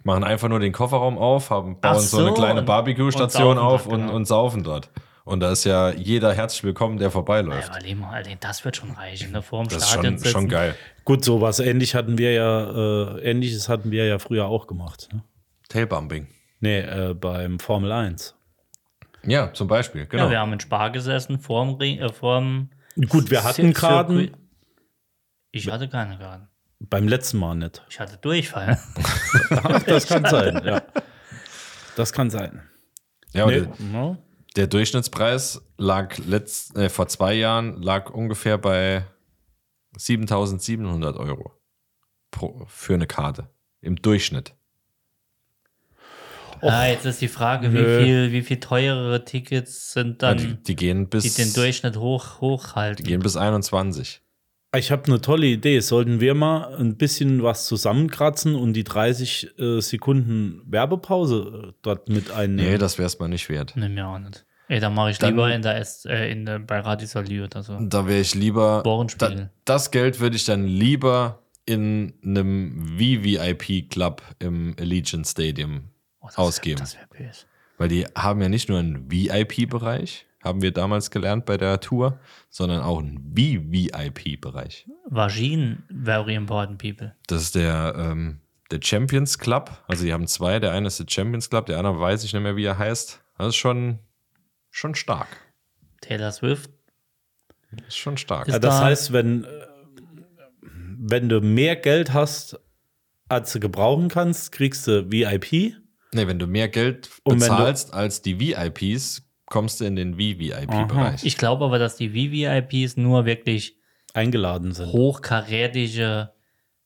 Speaker 1: machen einfach nur den Kofferraum auf, haben,
Speaker 5: Ach
Speaker 1: bauen so, eine
Speaker 5: so,
Speaker 1: kleine
Speaker 5: und- und
Speaker 1: Barbecue-Station
Speaker 5: saufen
Speaker 1: auf
Speaker 5: dort,
Speaker 1: und,
Speaker 5: genau.
Speaker 1: und saufen dort. Und da ist ja jeder herzlich willkommen, der vorbeiläuft.
Speaker 5: Ja, überleg mal, Alter, das wird schon reichen, ne? Vor dem
Speaker 1: das ist
Speaker 5: Stadion
Speaker 1: schon,
Speaker 5: sitzen.
Speaker 1: schon geil.
Speaker 6: Gut, sowas ähnlich hatten wir ja, äh, ähnliches hatten wir ja früher auch gemacht. Ne?
Speaker 1: Tailbumping.
Speaker 6: Nee, äh, beim Formel 1.
Speaker 1: Ja, zum Beispiel, genau.
Speaker 5: Ja, wir haben in Spar gesessen, vorm Ring, äh, vorm.
Speaker 6: Gut, wir hatten
Speaker 5: Zir-
Speaker 6: Karten,
Speaker 5: Zirkuit. Ich hatte keine Karten.
Speaker 6: beim letzten Mal nicht.
Speaker 5: Ich hatte Durchfall.
Speaker 6: Das kann sein, ja. Das kann sein.
Speaker 1: Ja, und
Speaker 6: Nee,
Speaker 1: der-
Speaker 6: no.
Speaker 1: Der Durchschnittspreis lag letzt, äh, vor zwei Jahren lag ungefähr bei 7.700 Euro pro, für eine Karte im Durchschnitt.
Speaker 5: Ah, jetzt ist die Frage,
Speaker 6: Nö.
Speaker 5: wie viel, wie viel teurere Tickets sind dann,
Speaker 1: die,
Speaker 5: die,
Speaker 1: die gehen bis
Speaker 5: den Durchschnitt hoch,
Speaker 1: die
Speaker 5: hochhalten.
Speaker 1: gehen bis 21.
Speaker 6: Ich habe eine tolle Idee. Sollten wir mal ein bisschen was zusammenkratzen und die 30 äh, Sekunden Werbepause äh, dort mit
Speaker 5: Mhm.
Speaker 6: einnehmen?
Speaker 1: Nee, das wäre es mal nicht wert.
Speaker 5: Nimm mir auch nicht. Ey, dann mache ich
Speaker 1: Dann-
Speaker 5: lieber in der S, äh, in der, bei Radio Salü oder so. Oh,
Speaker 1: Da wäre ich lieber.
Speaker 5: Bohrenspiegel.
Speaker 1: Da, das Geld würde ich dann lieber in einem VVIP-Club im Allegiant Stadium
Speaker 5: Oh, das wär-
Speaker 1: ausgeben.
Speaker 5: Das wäre böse.
Speaker 1: Weil die haben ja nicht nur einen VIP-Bereich, haben wir damals gelernt bei der Tour, sondern auch einen VVIP-Bereich.
Speaker 5: Vagin very important people.
Speaker 1: Das ist der, ähm, der Champions Club. Also die haben zwei. Der eine ist der Champions Club, der andere weiß ich nicht mehr, wie er heißt. Das ist schon, schon stark.
Speaker 5: Taylor Swift.
Speaker 1: Das ist schon stark.
Speaker 5: Ist-
Speaker 6: Ja, das
Speaker 5: da-
Speaker 6: heißt, wenn, äh, wenn du mehr Geld hast, als du gebrauchen kannst, kriegst du VIP.
Speaker 1: Nee, wenn du mehr Geld
Speaker 6: Und wenn du-
Speaker 1: bezahlst als die VIPs, kommst du in den VVIP-Bereich.
Speaker 5: Ich glaube aber, dass die VVIPs nur wirklich
Speaker 6: Eingeladen
Speaker 1: Oh,
Speaker 6: sind.
Speaker 5: hochkarätische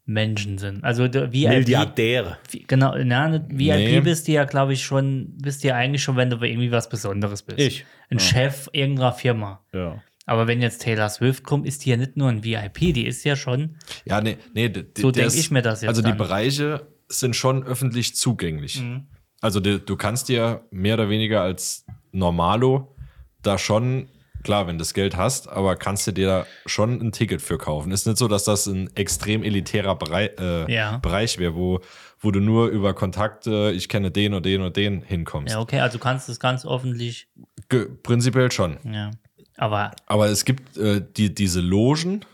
Speaker 5: Menschen sind. Also der VIP,
Speaker 6: Milliardäre.
Speaker 5: genau, na, ne, VIP
Speaker 1: Nee.
Speaker 5: bist du ja, glaube ich, schon, bist du ja eigentlich schon, wenn du irgendwie was Besonderes bist.
Speaker 6: Ich.
Speaker 5: Ein Chef irgendeiner Firma.
Speaker 6: Ja.
Speaker 5: Aber wenn jetzt Taylor Swift kommt, ist die ja nicht nur ein VIP, die ist ja schon.
Speaker 1: Ja, nee, nee. d- d-
Speaker 5: So
Speaker 1: der
Speaker 5: denk
Speaker 1: ist-
Speaker 5: ich mir das jetzt
Speaker 1: Also die
Speaker 5: an.
Speaker 1: Bereiche sind schon öffentlich zugänglich.
Speaker 5: Mhm.
Speaker 1: Also du, du kannst dir mehr oder weniger als Normalo da schon, klar, wenn du das Geld hast, aber kannst du dir da schon ein Ticket für kaufen. Ist nicht so, dass das ein extrem elitärer Berei äh,
Speaker 5: Ja.
Speaker 1: Bereich wäre, wo, wo du nur über Kontakte, ich kenne den und den und den hinkommst.
Speaker 5: Ja, okay, also kannst du es ganz öffentlich.
Speaker 1: Ge- Prinzipiell schon.
Speaker 5: Ja. Aber
Speaker 1: Aber es gibt äh, die, diese Logen,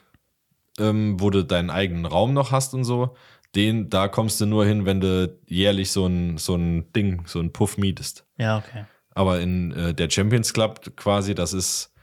Speaker 1: ähm, wo du deinen eigenen Raum noch hast und so. Den, da kommst du nur hin, wenn du jährlich so ein, so ein Ding, so ein Puff mietest.
Speaker 5: ja, okay.
Speaker 1: Aber in äh, der Champions Club quasi, das ist,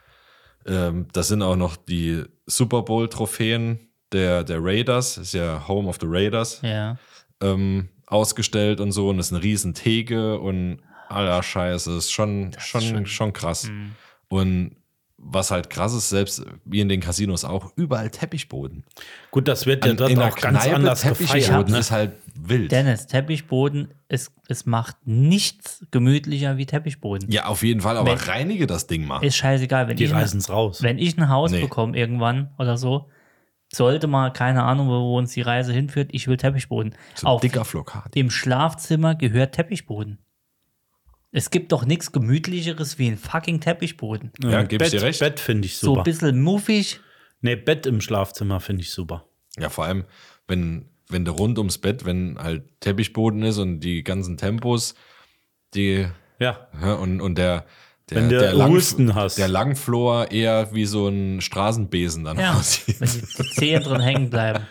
Speaker 1: ähm, das sind auch noch die Super Bowl-Trophäen der, der Raiders, ist ja Home of the Raiders,
Speaker 5: Ja.
Speaker 1: ähm, ausgestellt und so. Und das ist eine riesen Theke und aller Scheiße, ist schon, schon, schon, krass.
Speaker 5: Mhm.
Speaker 1: Und was halt krass ist, selbst wie in den Casinos auch, überall Teppichboden.
Speaker 6: Gut, das wird ja dort
Speaker 1: in der
Speaker 6: auch ganz
Speaker 1: Kneipe
Speaker 6: anders gefeiert.
Speaker 1: Teppichboden
Speaker 6: Ne?
Speaker 1: ist halt wild.
Speaker 5: Dennis, Teppichboden, es, es macht nichts gemütlicher wie Teppichboden.
Speaker 1: ja, auf jeden Fall, aber
Speaker 5: Wenn-
Speaker 1: reinige das Ding mal.
Speaker 5: Ist scheißegal, wenn
Speaker 6: Die
Speaker 5: ich,
Speaker 6: reißen es raus.
Speaker 5: wenn ich ein Haus
Speaker 1: Nee.
Speaker 5: bekomme irgendwann oder so, sollte mal, keine Ahnung, wo uns die Reise hinführt, ich will Teppichboden.
Speaker 1: So ein
Speaker 5: Auf
Speaker 1: dicker Flokat.
Speaker 5: dem Schlafzimmer gehört Teppichboden. Es gibt doch nichts gemütlicheres wie ein fucking Teppichboden.
Speaker 1: Ja, geb ich
Speaker 6: Bett,
Speaker 1: dir recht.
Speaker 6: Bett finde ich
Speaker 5: So ein
Speaker 6: super.
Speaker 5: bisschen muffig.
Speaker 6: nee, Bett im Schlafzimmer finde ich super.
Speaker 1: Ja, vor allem, wenn, wenn du rund ums Bett, wenn halt Teppichboden ist und die ganzen Tempos, die
Speaker 6: Ja.
Speaker 1: Ja, und, und der, der,
Speaker 6: Wenn du Husten hast.
Speaker 1: der Langflor eher wie so ein Straßenbesen dann
Speaker 5: Ja,
Speaker 1: aussieht.
Speaker 5: wenn die, die Zehen drin hängen bleiben.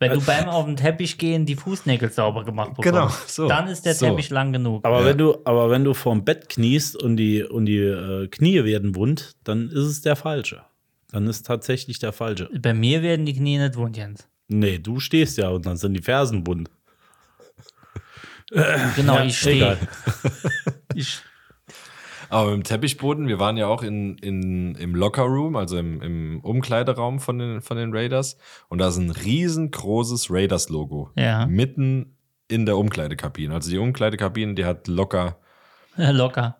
Speaker 5: Wenn du beim auf den Teppich gehen die Fußnägel sauber gemacht bekommst,
Speaker 1: Genau, so,
Speaker 5: dann ist der
Speaker 1: so.
Speaker 5: Teppich lang genug.
Speaker 6: Aber wenn du, aber wenn du vorm Bett kniest und die, und die äh, Knie werden wund, dann ist es der falsche. Dann ist tatsächlich der falsche.
Speaker 5: Bei mir werden die Knie nicht wund, Jens.
Speaker 6: Nee, du stehst ja und dann sind die Fersen wund.
Speaker 5: Genau,
Speaker 6: Ja,
Speaker 5: ich stehe.
Speaker 6: egal.
Speaker 5: Ich,
Speaker 1: Aber im Teppichboden, wir waren ja auch in, in, im Lockerroom, also im, im Umkleideraum von den, von den Raiders. Und da ist ein riesengroßes Raiders-Logo.
Speaker 5: Ja.
Speaker 1: Mitten in der Umkleidekabine. Also die Umkleidekabine, die hat locker,
Speaker 5: locker.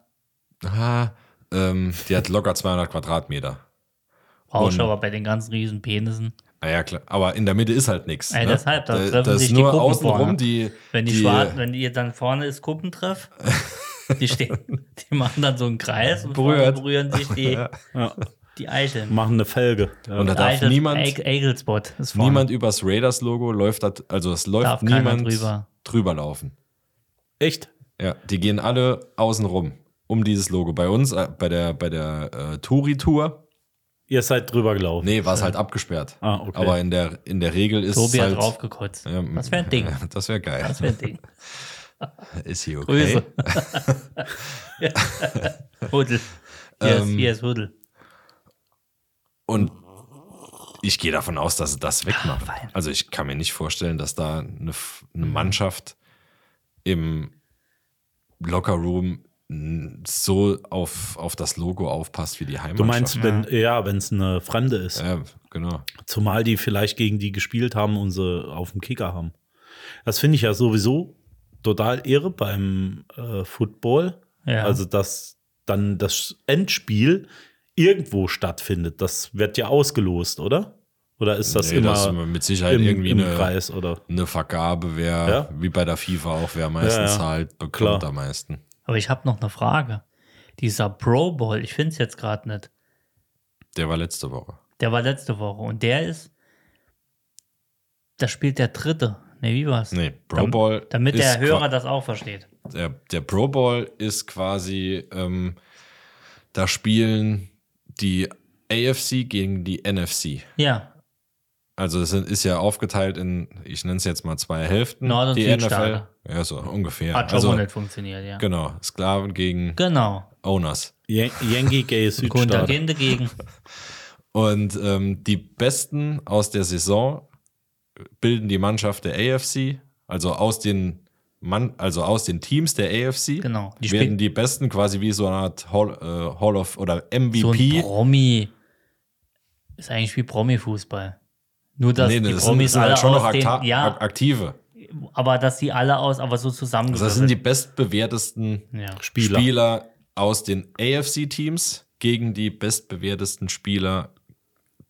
Speaker 1: ah, ähm, die hat locker 200 Quadratmeter.
Speaker 5: Brauchst du aber bei den ganzen riesen Penissen.
Speaker 1: Naja, klar. Aber in der Mitte ist halt nichts.
Speaker 5: Ey, deshalb, da
Speaker 1: da,
Speaker 5: treffen
Speaker 1: da
Speaker 5: sich
Speaker 1: ist
Speaker 5: die
Speaker 1: nur
Speaker 5: Gruppen
Speaker 1: außenrum
Speaker 5: vorne.
Speaker 1: die.
Speaker 5: Wenn die, Schwarzen, wenn ihr dann vorne ist Kuppentreff, die stehen, die machen dann so einen Kreis und vorne
Speaker 1: Berührt.
Speaker 5: berühren sich die,
Speaker 6: Ja.
Speaker 5: Die Eichel.
Speaker 6: machen eine Felge.
Speaker 1: Und da darf niemand,
Speaker 5: Eigelspot ist vorne.
Speaker 1: niemand übers Raiders-Logo läuft, da- also es läuft
Speaker 5: Darf keiner
Speaker 1: niemand
Speaker 5: drüber.
Speaker 1: drüber laufen.
Speaker 6: Echt?
Speaker 1: Ja, die gehen alle außen rum um dieses Logo. Bei uns, äh, bei der, bei der äh, Touri-Tour,
Speaker 6: Ihr seid drüber gelaufen.
Speaker 1: nee, war es halt abgesperrt.
Speaker 6: Ah, okay.
Speaker 1: Aber in der, in der Regel ist
Speaker 5: Tobi
Speaker 1: es
Speaker 5: hat
Speaker 1: halt,
Speaker 5: draufgekotzt.
Speaker 1: Ähm,
Speaker 5: Was für ein Ding.
Speaker 1: Das wäre geil.
Speaker 5: Was für ein Ding.
Speaker 1: Ist hier okay.
Speaker 5: Grüße. Huddel. Hier, ist, hier ist Huddel.
Speaker 1: Und ich gehe davon aus, dass sie das
Speaker 5: Ah,
Speaker 1: wegmachen.
Speaker 5: fein.
Speaker 1: also ich kann mir nicht vorstellen, dass da eine, F- eine
Speaker 5: Mhm.
Speaker 1: Mannschaft im Lockerroom n- so auf, auf das Logo aufpasst wie die Heimat.
Speaker 6: Du meinst, wenn ja, wenn es eine Fremde ist.
Speaker 1: Ja, genau.
Speaker 6: Zumal die vielleicht gegen die gespielt haben und sie auf dem Kicker haben. Das finde ich ja sowieso total irre beim äh, Football.
Speaker 5: Ja.
Speaker 6: Also, dass dann das Endspiel irgendwo stattfindet. Das wird ja ausgelost, oder? Oder ist das
Speaker 1: Nee,
Speaker 6: immer
Speaker 1: das ist mit Sicherheit
Speaker 6: im,
Speaker 1: irgendwie
Speaker 6: im
Speaker 1: eine-
Speaker 6: Kreis? Oder?
Speaker 1: Eine Vergabe wäre,
Speaker 6: Ja.
Speaker 1: wie bei der FIFA auch, wer am meisten
Speaker 6: Ja, ja.
Speaker 1: zahlt, bekommt
Speaker 6: Klar.
Speaker 1: am meisten.
Speaker 5: Aber ich habe noch eine Frage. Dieser Pro Bowl, ich finde es jetzt gerade nicht.
Speaker 1: Der war letzte Woche.
Speaker 5: Der war letzte Woche und der ist. Da spielt der dritte. Ne, wie war's?
Speaker 1: Nee, Pro Bowl
Speaker 5: Damit der
Speaker 1: ist
Speaker 5: Hörer
Speaker 1: qua-
Speaker 5: das auch versteht.
Speaker 1: der, der Pro Bowl ist quasi, ähm, da spielen die AFC gegen die NFC.
Speaker 5: Ja,
Speaker 1: Also es sind- ist ja aufgeteilt in, ich nenne es jetzt mal zwei Hälften.
Speaker 5: Nord- und
Speaker 1: die
Speaker 5: Südstaaten.
Speaker 1: NFL. Ja, so ungefähr.
Speaker 5: hat schon
Speaker 1: also,
Speaker 5: mal nicht funktioniert, ja.
Speaker 1: genau, Sklaven gegen
Speaker 5: Genau.
Speaker 1: Owners.
Speaker 6: Yan- Yankee Gay Südstaat.
Speaker 5: Kontergehende gegen.
Speaker 1: Und ähm, die Besten aus der Saison bilden die Mannschaft der AFC, also aus den Mann, also aus den Teams der AFC
Speaker 5: Genau. Die
Speaker 1: werden
Speaker 5: spielen-
Speaker 1: die Besten quasi wie so eine Art Hall, äh, Hall of oder
Speaker 5: So ein
Speaker 1: MVP.
Speaker 5: Promi. Ist eigentlich wie Promi-Fußball. Nur, dass
Speaker 1: nee, nee,
Speaker 5: die
Speaker 1: das sind, das
Speaker 5: Promis
Speaker 1: sind
Speaker 5: alle
Speaker 1: halt schon noch
Speaker 5: aus den,
Speaker 1: Akta-
Speaker 5: ja,
Speaker 1: Ak- aktive.
Speaker 5: aber dass sie alle aus, aber
Speaker 1: Also
Speaker 5: so
Speaker 1: das sind
Speaker 5: zusammengewürfelt.
Speaker 1: die bestbewertesten
Speaker 5: Ja.
Speaker 1: Spieler.
Speaker 6: Spieler.
Speaker 1: aus den AFC-Teams gegen die bestbewertesten Spieler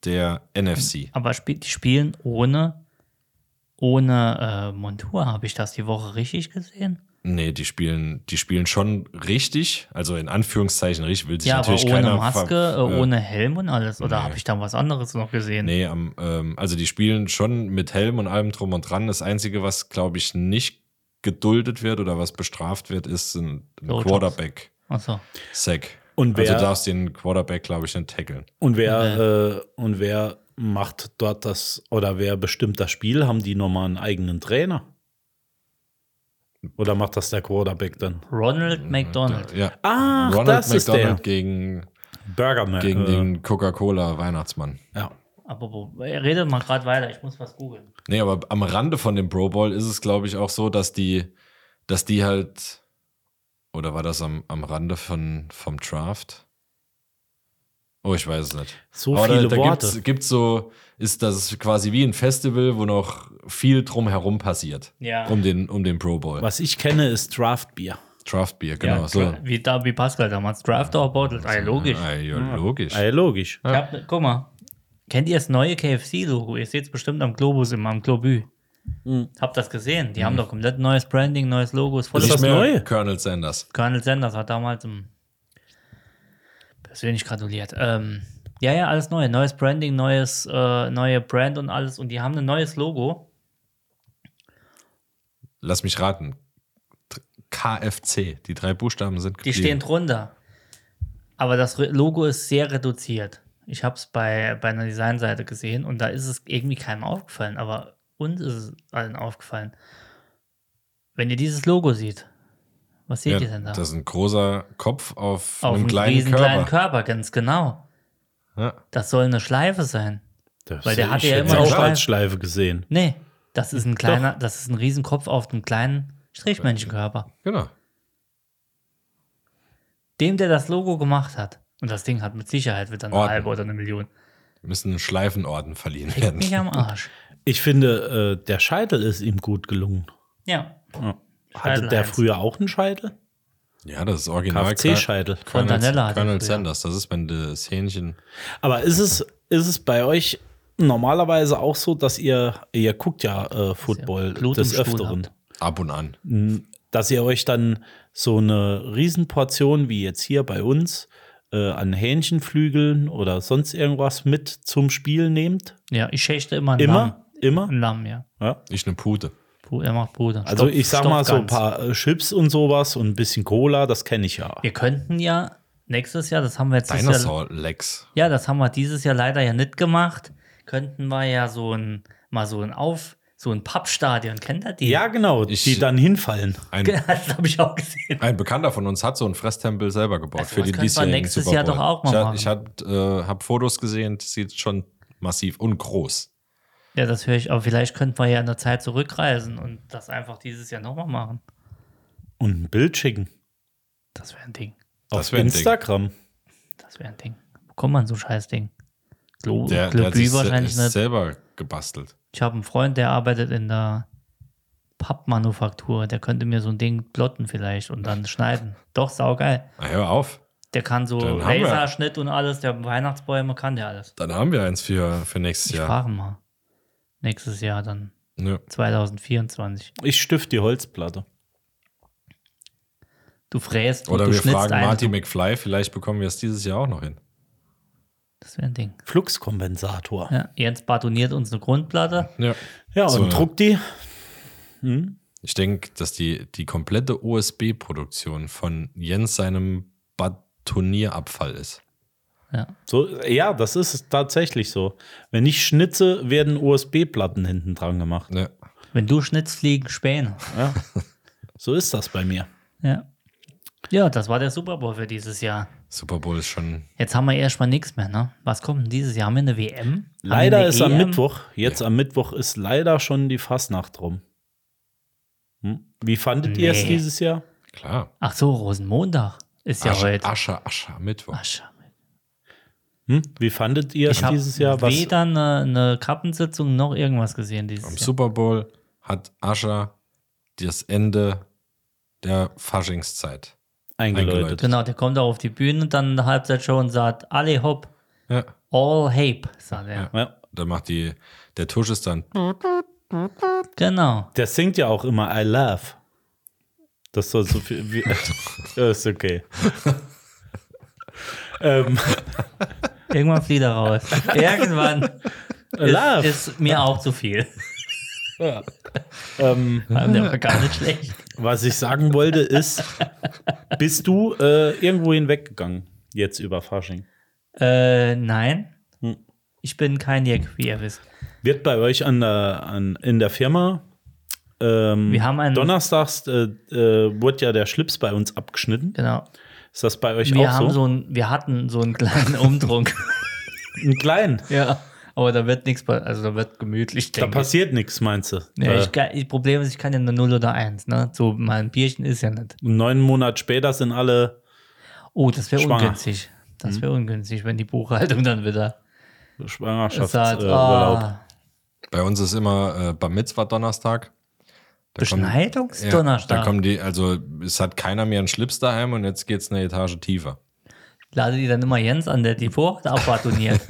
Speaker 1: der NFC.
Speaker 5: Aber spiel, die spielen ohne, ohne äh, Montur. Habe ich das die Woche richtig gesehen?
Speaker 1: Nee, die spielen, die spielen schon richtig, also in Anführungszeichen richtig, will sich
Speaker 5: Ja, aber
Speaker 1: natürlich
Speaker 5: ohne
Speaker 1: keiner
Speaker 5: Maske,
Speaker 1: ver-
Speaker 5: äh,
Speaker 1: äh,
Speaker 5: ohne Helm und alles. Oder habe ich da was anderes noch gesehen?
Speaker 1: Nee, am, ähm, also die spielen schon mit Helm und allem drum und dran. Das Einzige, was, glaube ich, nicht geduldet wird oder was bestraft wird, ist ein, ein
Speaker 5: Blowjobs.
Speaker 1: Quarterback-Sack.
Speaker 5: Achso.
Speaker 6: Und
Speaker 1: also
Speaker 6: wer-
Speaker 1: du darfst den Quarterback, glaube ich, nicht tackeln.
Speaker 6: Und wer, äh, und wer macht dort das oder wer bestimmt das Spiel? Haben die nochmal einen eigenen Trainer? Oder macht das der Quarterback dann?
Speaker 1: Mhm,
Speaker 5: Ronald McDonald.
Speaker 1: Ja.
Speaker 6: Ach,
Speaker 1: Ronald
Speaker 6: das ist
Speaker 1: McDonald
Speaker 6: der.
Speaker 1: gegen,
Speaker 6: Burgerman.
Speaker 1: gegen
Speaker 6: äh,
Speaker 1: den Coca-Cola-Weihnachtsmann.
Speaker 6: ja.
Speaker 5: Apropos, äh, redet mal gerade weiter, ich muss was googeln.
Speaker 1: Nee, aber am Rande von dem Pro Bowl ist es, glaube ich, auch so, dass die, dass die halt, oder war das am, am Rande von, vom Draft? Oh, ich weiß es nicht.
Speaker 6: So viele
Speaker 1: da, da
Speaker 6: Worte.
Speaker 1: Gibt's, gibt's so, ist das quasi wie ein Festival, wo noch viel drumherum passiert.
Speaker 5: Ja.
Speaker 1: Um den, um den Pro Bowl.
Speaker 6: Was ich kenne, ist Draftbier.
Speaker 1: Draft Beer, genau. so.
Speaker 5: dra- Wie, da, wie Pascal damals. Draft or Bottled. Ah, logisch.
Speaker 1: Ah, ja, logisch.
Speaker 6: Ah, ja, logisch.
Speaker 5: Ich hab, guck mal. Kennt ihr das neue KFC-Logo? Ihr seht es bestimmt am Globus immer, am Globü. Habt das gesehen? Die haben doch komplett neues Branding, neues Logo. Ist voll
Speaker 6: Ist
Speaker 1: Nicht
Speaker 6: das
Speaker 1: mehr
Speaker 6: neu?
Speaker 1: Colonel Sanders.
Speaker 5: Colonel Sanders hat damals im persönlich gratuliert. Ähm, ja, ja, alles neu. Neues Branding, neues, äh, neue Brand und alles. Und die haben ein neues Logo.
Speaker 1: Lass mich raten. Tr- KFC. Die drei Buchstaben sind
Speaker 5: Die stehen drunter. Aber das Re- Logo ist sehr reduziert. Ich habe es bei, bei einer Designseite gesehen und da ist es irgendwie keinem aufgefallen. Aber uns ist es allen aufgefallen. Wenn ihr dieses Logo seht, was seht
Speaker 1: Ja,
Speaker 5: ihr denn da?
Speaker 1: das ist ein großer Kopf auf,
Speaker 5: Auf
Speaker 1: einem
Speaker 5: einem
Speaker 1: kleinen
Speaker 5: riesen
Speaker 1: Körper.
Speaker 5: kleinen Körper, ganz genau.
Speaker 1: Ja.
Speaker 5: Das soll eine Schleife sein.
Speaker 6: Das
Speaker 5: Weil der
Speaker 6: ich
Speaker 5: hatte ja
Speaker 6: hätte
Speaker 5: immer
Speaker 6: auch
Speaker 5: Schleife.
Speaker 6: als Schleife gesehen.
Speaker 5: Nee, das ist ein kleiner, das ist ein Riesenkopf auf einem kleinen Strichmännchenkörper.
Speaker 1: Genau.
Speaker 5: Dem, der das Logo gemacht hat. Und das Ding hat mit Sicherheit wieder eine
Speaker 1: Ordnung.
Speaker 5: halbe oder eine Million.
Speaker 1: Müssen Schleifenorden verliehen werden.
Speaker 5: Mich am Arsch.
Speaker 6: Ich finde, äh, der Scheitel ist ihm gut gelungen.
Speaker 5: Ja.
Speaker 6: Ja. Hatte
Speaker 5: Scheitel
Speaker 6: der
Speaker 5: eins.
Speaker 6: früher auch einen Scheitel?
Speaker 1: Ja, das ist original.
Speaker 6: KFC-Scheitel.
Speaker 1: Colonel,
Speaker 5: Fontanella hat er
Speaker 1: Colonel
Speaker 5: früher.
Speaker 1: Sanders. Das ist, wenn das Hähnchen.
Speaker 6: Aber ist es, ist es bei euch normalerweise auch so, dass ihr, ihr guckt ja äh, Football
Speaker 5: Blut im
Speaker 6: des
Speaker 5: Stuhl
Speaker 6: Öfteren,
Speaker 5: habt.
Speaker 1: Ab und an.
Speaker 6: dass ihr euch dann so eine Riesenportion, wie jetzt hier bei uns, äh, an Hähnchenflügeln oder sonst irgendwas mit zum Spiel nehmt.
Speaker 5: Ja, ich schächte immer einen Lamm.
Speaker 6: Immer, immer.
Speaker 5: Ein Lamm, ja.
Speaker 6: Ja.
Speaker 1: Ich eine Pute.
Speaker 5: Pu- Er macht Bruder.
Speaker 6: Also
Speaker 5: Stopf-
Speaker 6: ich sag mal so ein
Speaker 5: Stopfgans.
Speaker 6: paar äh, Chips und sowas und ein bisschen Cola, das kenne ich ja.
Speaker 5: Wir könnten ja nächstes Jahr, das haben wir jetzt dieses Jahr,
Speaker 1: Dinosaur Lex.
Speaker 5: ja, das haben wir dieses Jahr leider ja nicht gemacht, könnten wir ja so ein mal so ein auf so ein Pappstadion, kennt ihr die?
Speaker 6: Ja, genau,
Speaker 1: Ich-
Speaker 6: die dann hinfallen.
Speaker 1: Ein,
Speaker 5: das habe ich auch gesehen.
Speaker 1: ein Bekannter von uns hat so einen Fresstempel selber gebaut
Speaker 5: Also,
Speaker 1: für
Speaker 5: das
Speaker 1: den
Speaker 5: könnte man
Speaker 1: diesjährigen
Speaker 5: nächstes
Speaker 1: Super
Speaker 5: Jahr
Speaker 1: Bowl.
Speaker 5: doch auch mal
Speaker 1: ich, hab-
Speaker 5: machen.
Speaker 1: Ich habe äh, hab Fotos gesehen, das sieht schon massiv und groß.
Speaker 5: Ja, das höre ich, aber vielleicht könnten wir ja in der Zeit zurückreisen und das einfach dieses Jahr nochmal machen.
Speaker 6: Und ein Bild schicken.
Speaker 5: Das wäre ein Ding.
Speaker 1: Das
Speaker 6: Auf
Speaker 1: wär ein Ding.
Speaker 6: Instagram.
Speaker 5: Das wäre ein Ding. Wo kommt man so ein scheiß Ding? Glo
Speaker 1: Der, der hat
Speaker 5: Globü
Speaker 1: sich se-
Speaker 5: wahrscheinlich nicht.
Speaker 1: selber gebastelt.
Speaker 5: Ich habe einen Freund, der arbeitet in der Pappmanufaktur. Der könnte mir so ein Ding plotten vielleicht und dann schneiden. Doch, saugeil.
Speaker 1: Na, hör auf.
Speaker 5: Der kann so
Speaker 1: Dann haben wir-
Speaker 5: Laserschnitt und alles. Der Weihnachtsbäume kann der alles.
Speaker 1: Dann haben wir eins für, für nächstes
Speaker 5: Ich
Speaker 1: Jahr.
Speaker 5: frage mal. Nächstes Jahr dann.
Speaker 1: Nö.
Speaker 5: 2024.
Speaker 6: Ich stift die Holzplatte.
Speaker 5: Du fräst und
Speaker 1: Oder
Speaker 5: du
Speaker 1: wir
Speaker 5: schnitzt
Speaker 1: fragen
Speaker 5: eine.
Speaker 1: Marty McFly, vielleicht bekommen wir es dieses Jahr auch noch hin.
Speaker 5: Das wäre ein Ding.
Speaker 6: Fluxkompensator.
Speaker 5: Ja, Jens batoniert uns eine Grundplatte.
Speaker 1: Ja.
Speaker 6: Ja, und
Speaker 1: So eine-
Speaker 6: druck die.
Speaker 1: Ich denke, dass die, die komplette OSB-Produktion von Jens seinem Baturnierabfall ist.
Speaker 5: Ja.
Speaker 6: So, ja, das ist tatsächlich so. Wenn ich schnitze, werden USB-Platten hinten dran gemacht.
Speaker 1: Ja.
Speaker 5: Wenn du schnitzt, fliegen Späne.
Speaker 6: So ist das bei mir.
Speaker 5: Ja. Ja, das war der Super Bowl für dieses Jahr.
Speaker 1: Super Bowl ist schon
Speaker 5: Jetzt haben wir erstmal nichts mehr, ne? Was kommt denn dieses Jahr? Haben wir eine WM? Haben wir eh
Speaker 6: Leider
Speaker 5: eine E
Speaker 6: ist am
Speaker 5: EM?
Speaker 6: Mittwoch, jetzt am Mittwoch ist leider schon die Fastnacht rum. Hm? Wie fandet ihr es
Speaker 5: Nee.
Speaker 6: dieses Jahr?
Speaker 1: klar.
Speaker 5: Ach so, Rosenmontag ist ja
Speaker 1: Asche,
Speaker 5: heute.
Speaker 1: Asche, Asche, Mittwoch.
Speaker 5: Asche.
Speaker 6: Hm? Wie fandet ihr es
Speaker 5: Ich habe
Speaker 6: dieses Jahr? Was,
Speaker 5: weder eine, eine Kappensitzung noch irgendwas gesehen dieses
Speaker 1: Am
Speaker 5: Jahr.
Speaker 1: Super Bowl hat Asche das Ende der Faschingszeit.
Speaker 6: eingeläutet.
Speaker 1: eingeläutet.
Speaker 5: Genau, der kommt auch auf die Bühne, dann in der Halbzeitshow und sagt, alle hopp,
Speaker 1: Ja.
Speaker 5: all hape, sagt er.
Speaker 6: Ja.
Speaker 1: Da macht die, der Tusch ist dann.
Speaker 5: Hm. Genau.
Speaker 6: Der singt ja auch immer I love. Das soll so viel. Wie, ja, ist okay. ähm,
Speaker 5: Irgendwann flieht er raus. Irgendwann
Speaker 6: love.
Speaker 5: ist, ist mir auch zu viel.
Speaker 6: ja. ähm,
Speaker 5: Vor allem, Der war gar nicht schlecht.
Speaker 6: Was ich sagen wollte ist, bist du äh, irgendwo hinweggegangen jetzt über Fasching?
Speaker 5: Äh, nein.
Speaker 6: Hm.
Speaker 5: Ich bin kein Jack, wie ihr wisst.
Speaker 6: Wird bei euch an der, an, in der Firma ähm,
Speaker 5: Wir haben einen-
Speaker 6: Donnerstags äh, äh, wurde ja der Schlips bei uns abgeschnitten.
Speaker 5: Genau.
Speaker 6: Ist das bei euch
Speaker 5: Wir,
Speaker 6: auch
Speaker 5: haben
Speaker 6: so?
Speaker 5: so ein, wir hatten so einen kleinen Umdruck.
Speaker 6: Einen kleinen.
Speaker 5: Ja, aber da wird nichts, pa- also da wird gemütlich.
Speaker 6: Da
Speaker 5: denke ich.
Speaker 6: passiert nichts, meinst du?
Speaker 5: Ja,
Speaker 6: äh,
Speaker 5: ich kann, das Problem ist, ich kann ja nur 0 oder 1, ne? So, mein Bierchen ist ja nicht.
Speaker 6: neun Monate später sind alle
Speaker 5: Oh, das wäre
Speaker 6: Schwanger. Hm.
Speaker 5: ungünstig. Das wäre ungünstig, wenn die Buchhaltung dann wieder
Speaker 6: äh,
Speaker 5: sagt,
Speaker 6: Schwangerschaftsurlaub.
Speaker 5: ah,
Speaker 1: Bei uns ist immer äh, Bar Mitzvah Donnerstag. Da kommen- Ja, Da
Speaker 5: Beschneidungsdonnerstag.
Speaker 1: kommen die, also es hat keiner mehr einen Schlips daheim und jetzt geht's eine Etage tiefer.
Speaker 5: Lade die dann immer Jens an, der die Bucht abbadoniert.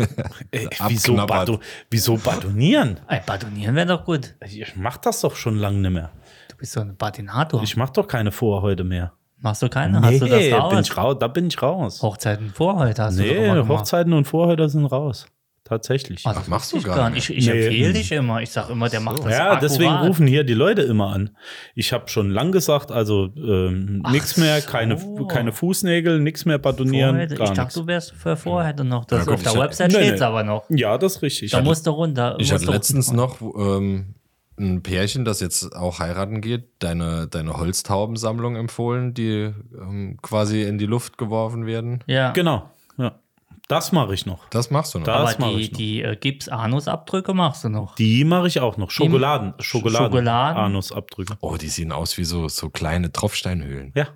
Speaker 6: Ey, Äh, wieso,
Speaker 1: abknabbert.
Speaker 6: badu wieso badonieren?
Speaker 5: Ey, badonieren wäre doch gut.
Speaker 6: Ich mach das doch schon lange nicht mehr.
Speaker 5: Du bist so ein Badinator.
Speaker 6: Ich mach doch keine Vorhäute mehr.
Speaker 5: Machst du keine? Hast du das
Speaker 6: Nee, bin
Speaker 5: raus?
Speaker 6: ich raus? Da bin ich raus.
Speaker 5: Hochzeiten vor heute hast du doch
Speaker 6: nee,
Speaker 5: immer gemacht.
Speaker 6: Hochzeiten und Vorhäute sind raus. Tatsächlich.
Speaker 5: Ah, das
Speaker 1: Ach, machst
Speaker 5: wusste
Speaker 1: du
Speaker 5: ich
Speaker 1: gar
Speaker 5: nicht.
Speaker 1: nicht.
Speaker 5: Ich, ich
Speaker 6: Nee.
Speaker 5: empfehle dich immer. Ich sag immer, der macht das
Speaker 6: ja, deswegen
Speaker 5: akkurat.
Speaker 6: rufen hier die Leute immer an. Ich habe schon lang gesagt, also ähm,
Speaker 5: Ach
Speaker 6: nichts mehr, keine,
Speaker 5: so.
Speaker 6: keine Fußnägel, nichts mehr badonieren,
Speaker 5: Vorher, ich
Speaker 6: gar
Speaker 5: dachte,
Speaker 6: nichts.
Speaker 5: du wärst für vorher dann noch. Das
Speaker 1: Ja, gut,
Speaker 5: auf der
Speaker 1: ich hab-
Speaker 5: Website
Speaker 6: Nee,
Speaker 5: steht es
Speaker 6: nee.
Speaker 5: aber noch.
Speaker 6: Ja, das ist richtig.
Speaker 5: Da musst du runter.
Speaker 1: Ich
Speaker 5: musst
Speaker 1: hatte
Speaker 5: du
Speaker 1: letztens
Speaker 5: runter.
Speaker 1: noch ähm, ein Pärchen, das jetzt auch heiraten geht, deine, deine Holztaubensammlung empfohlen, die ähm, quasi in die Luft geworfen werden.
Speaker 5: Ja,
Speaker 6: genau, ja. Das mache ich noch.
Speaker 1: Das machst du noch.
Speaker 6: Da-
Speaker 5: aber
Speaker 6: das mach
Speaker 5: die,
Speaker 6: ich noch.
Speaker 5: die äh, Gips-Anus-Abdrücke machst du noch.
Speaker 6: Die mache ich auch noch. Schokoladen, Schokoladen,
Speaker 5: Schokoladen.
Speaker 6: Anusabdrücke.
Speaker 1: Oh, die sehen aus wie so, so kleine Tropfsteinhöhlen.
Speaker 6: Ja.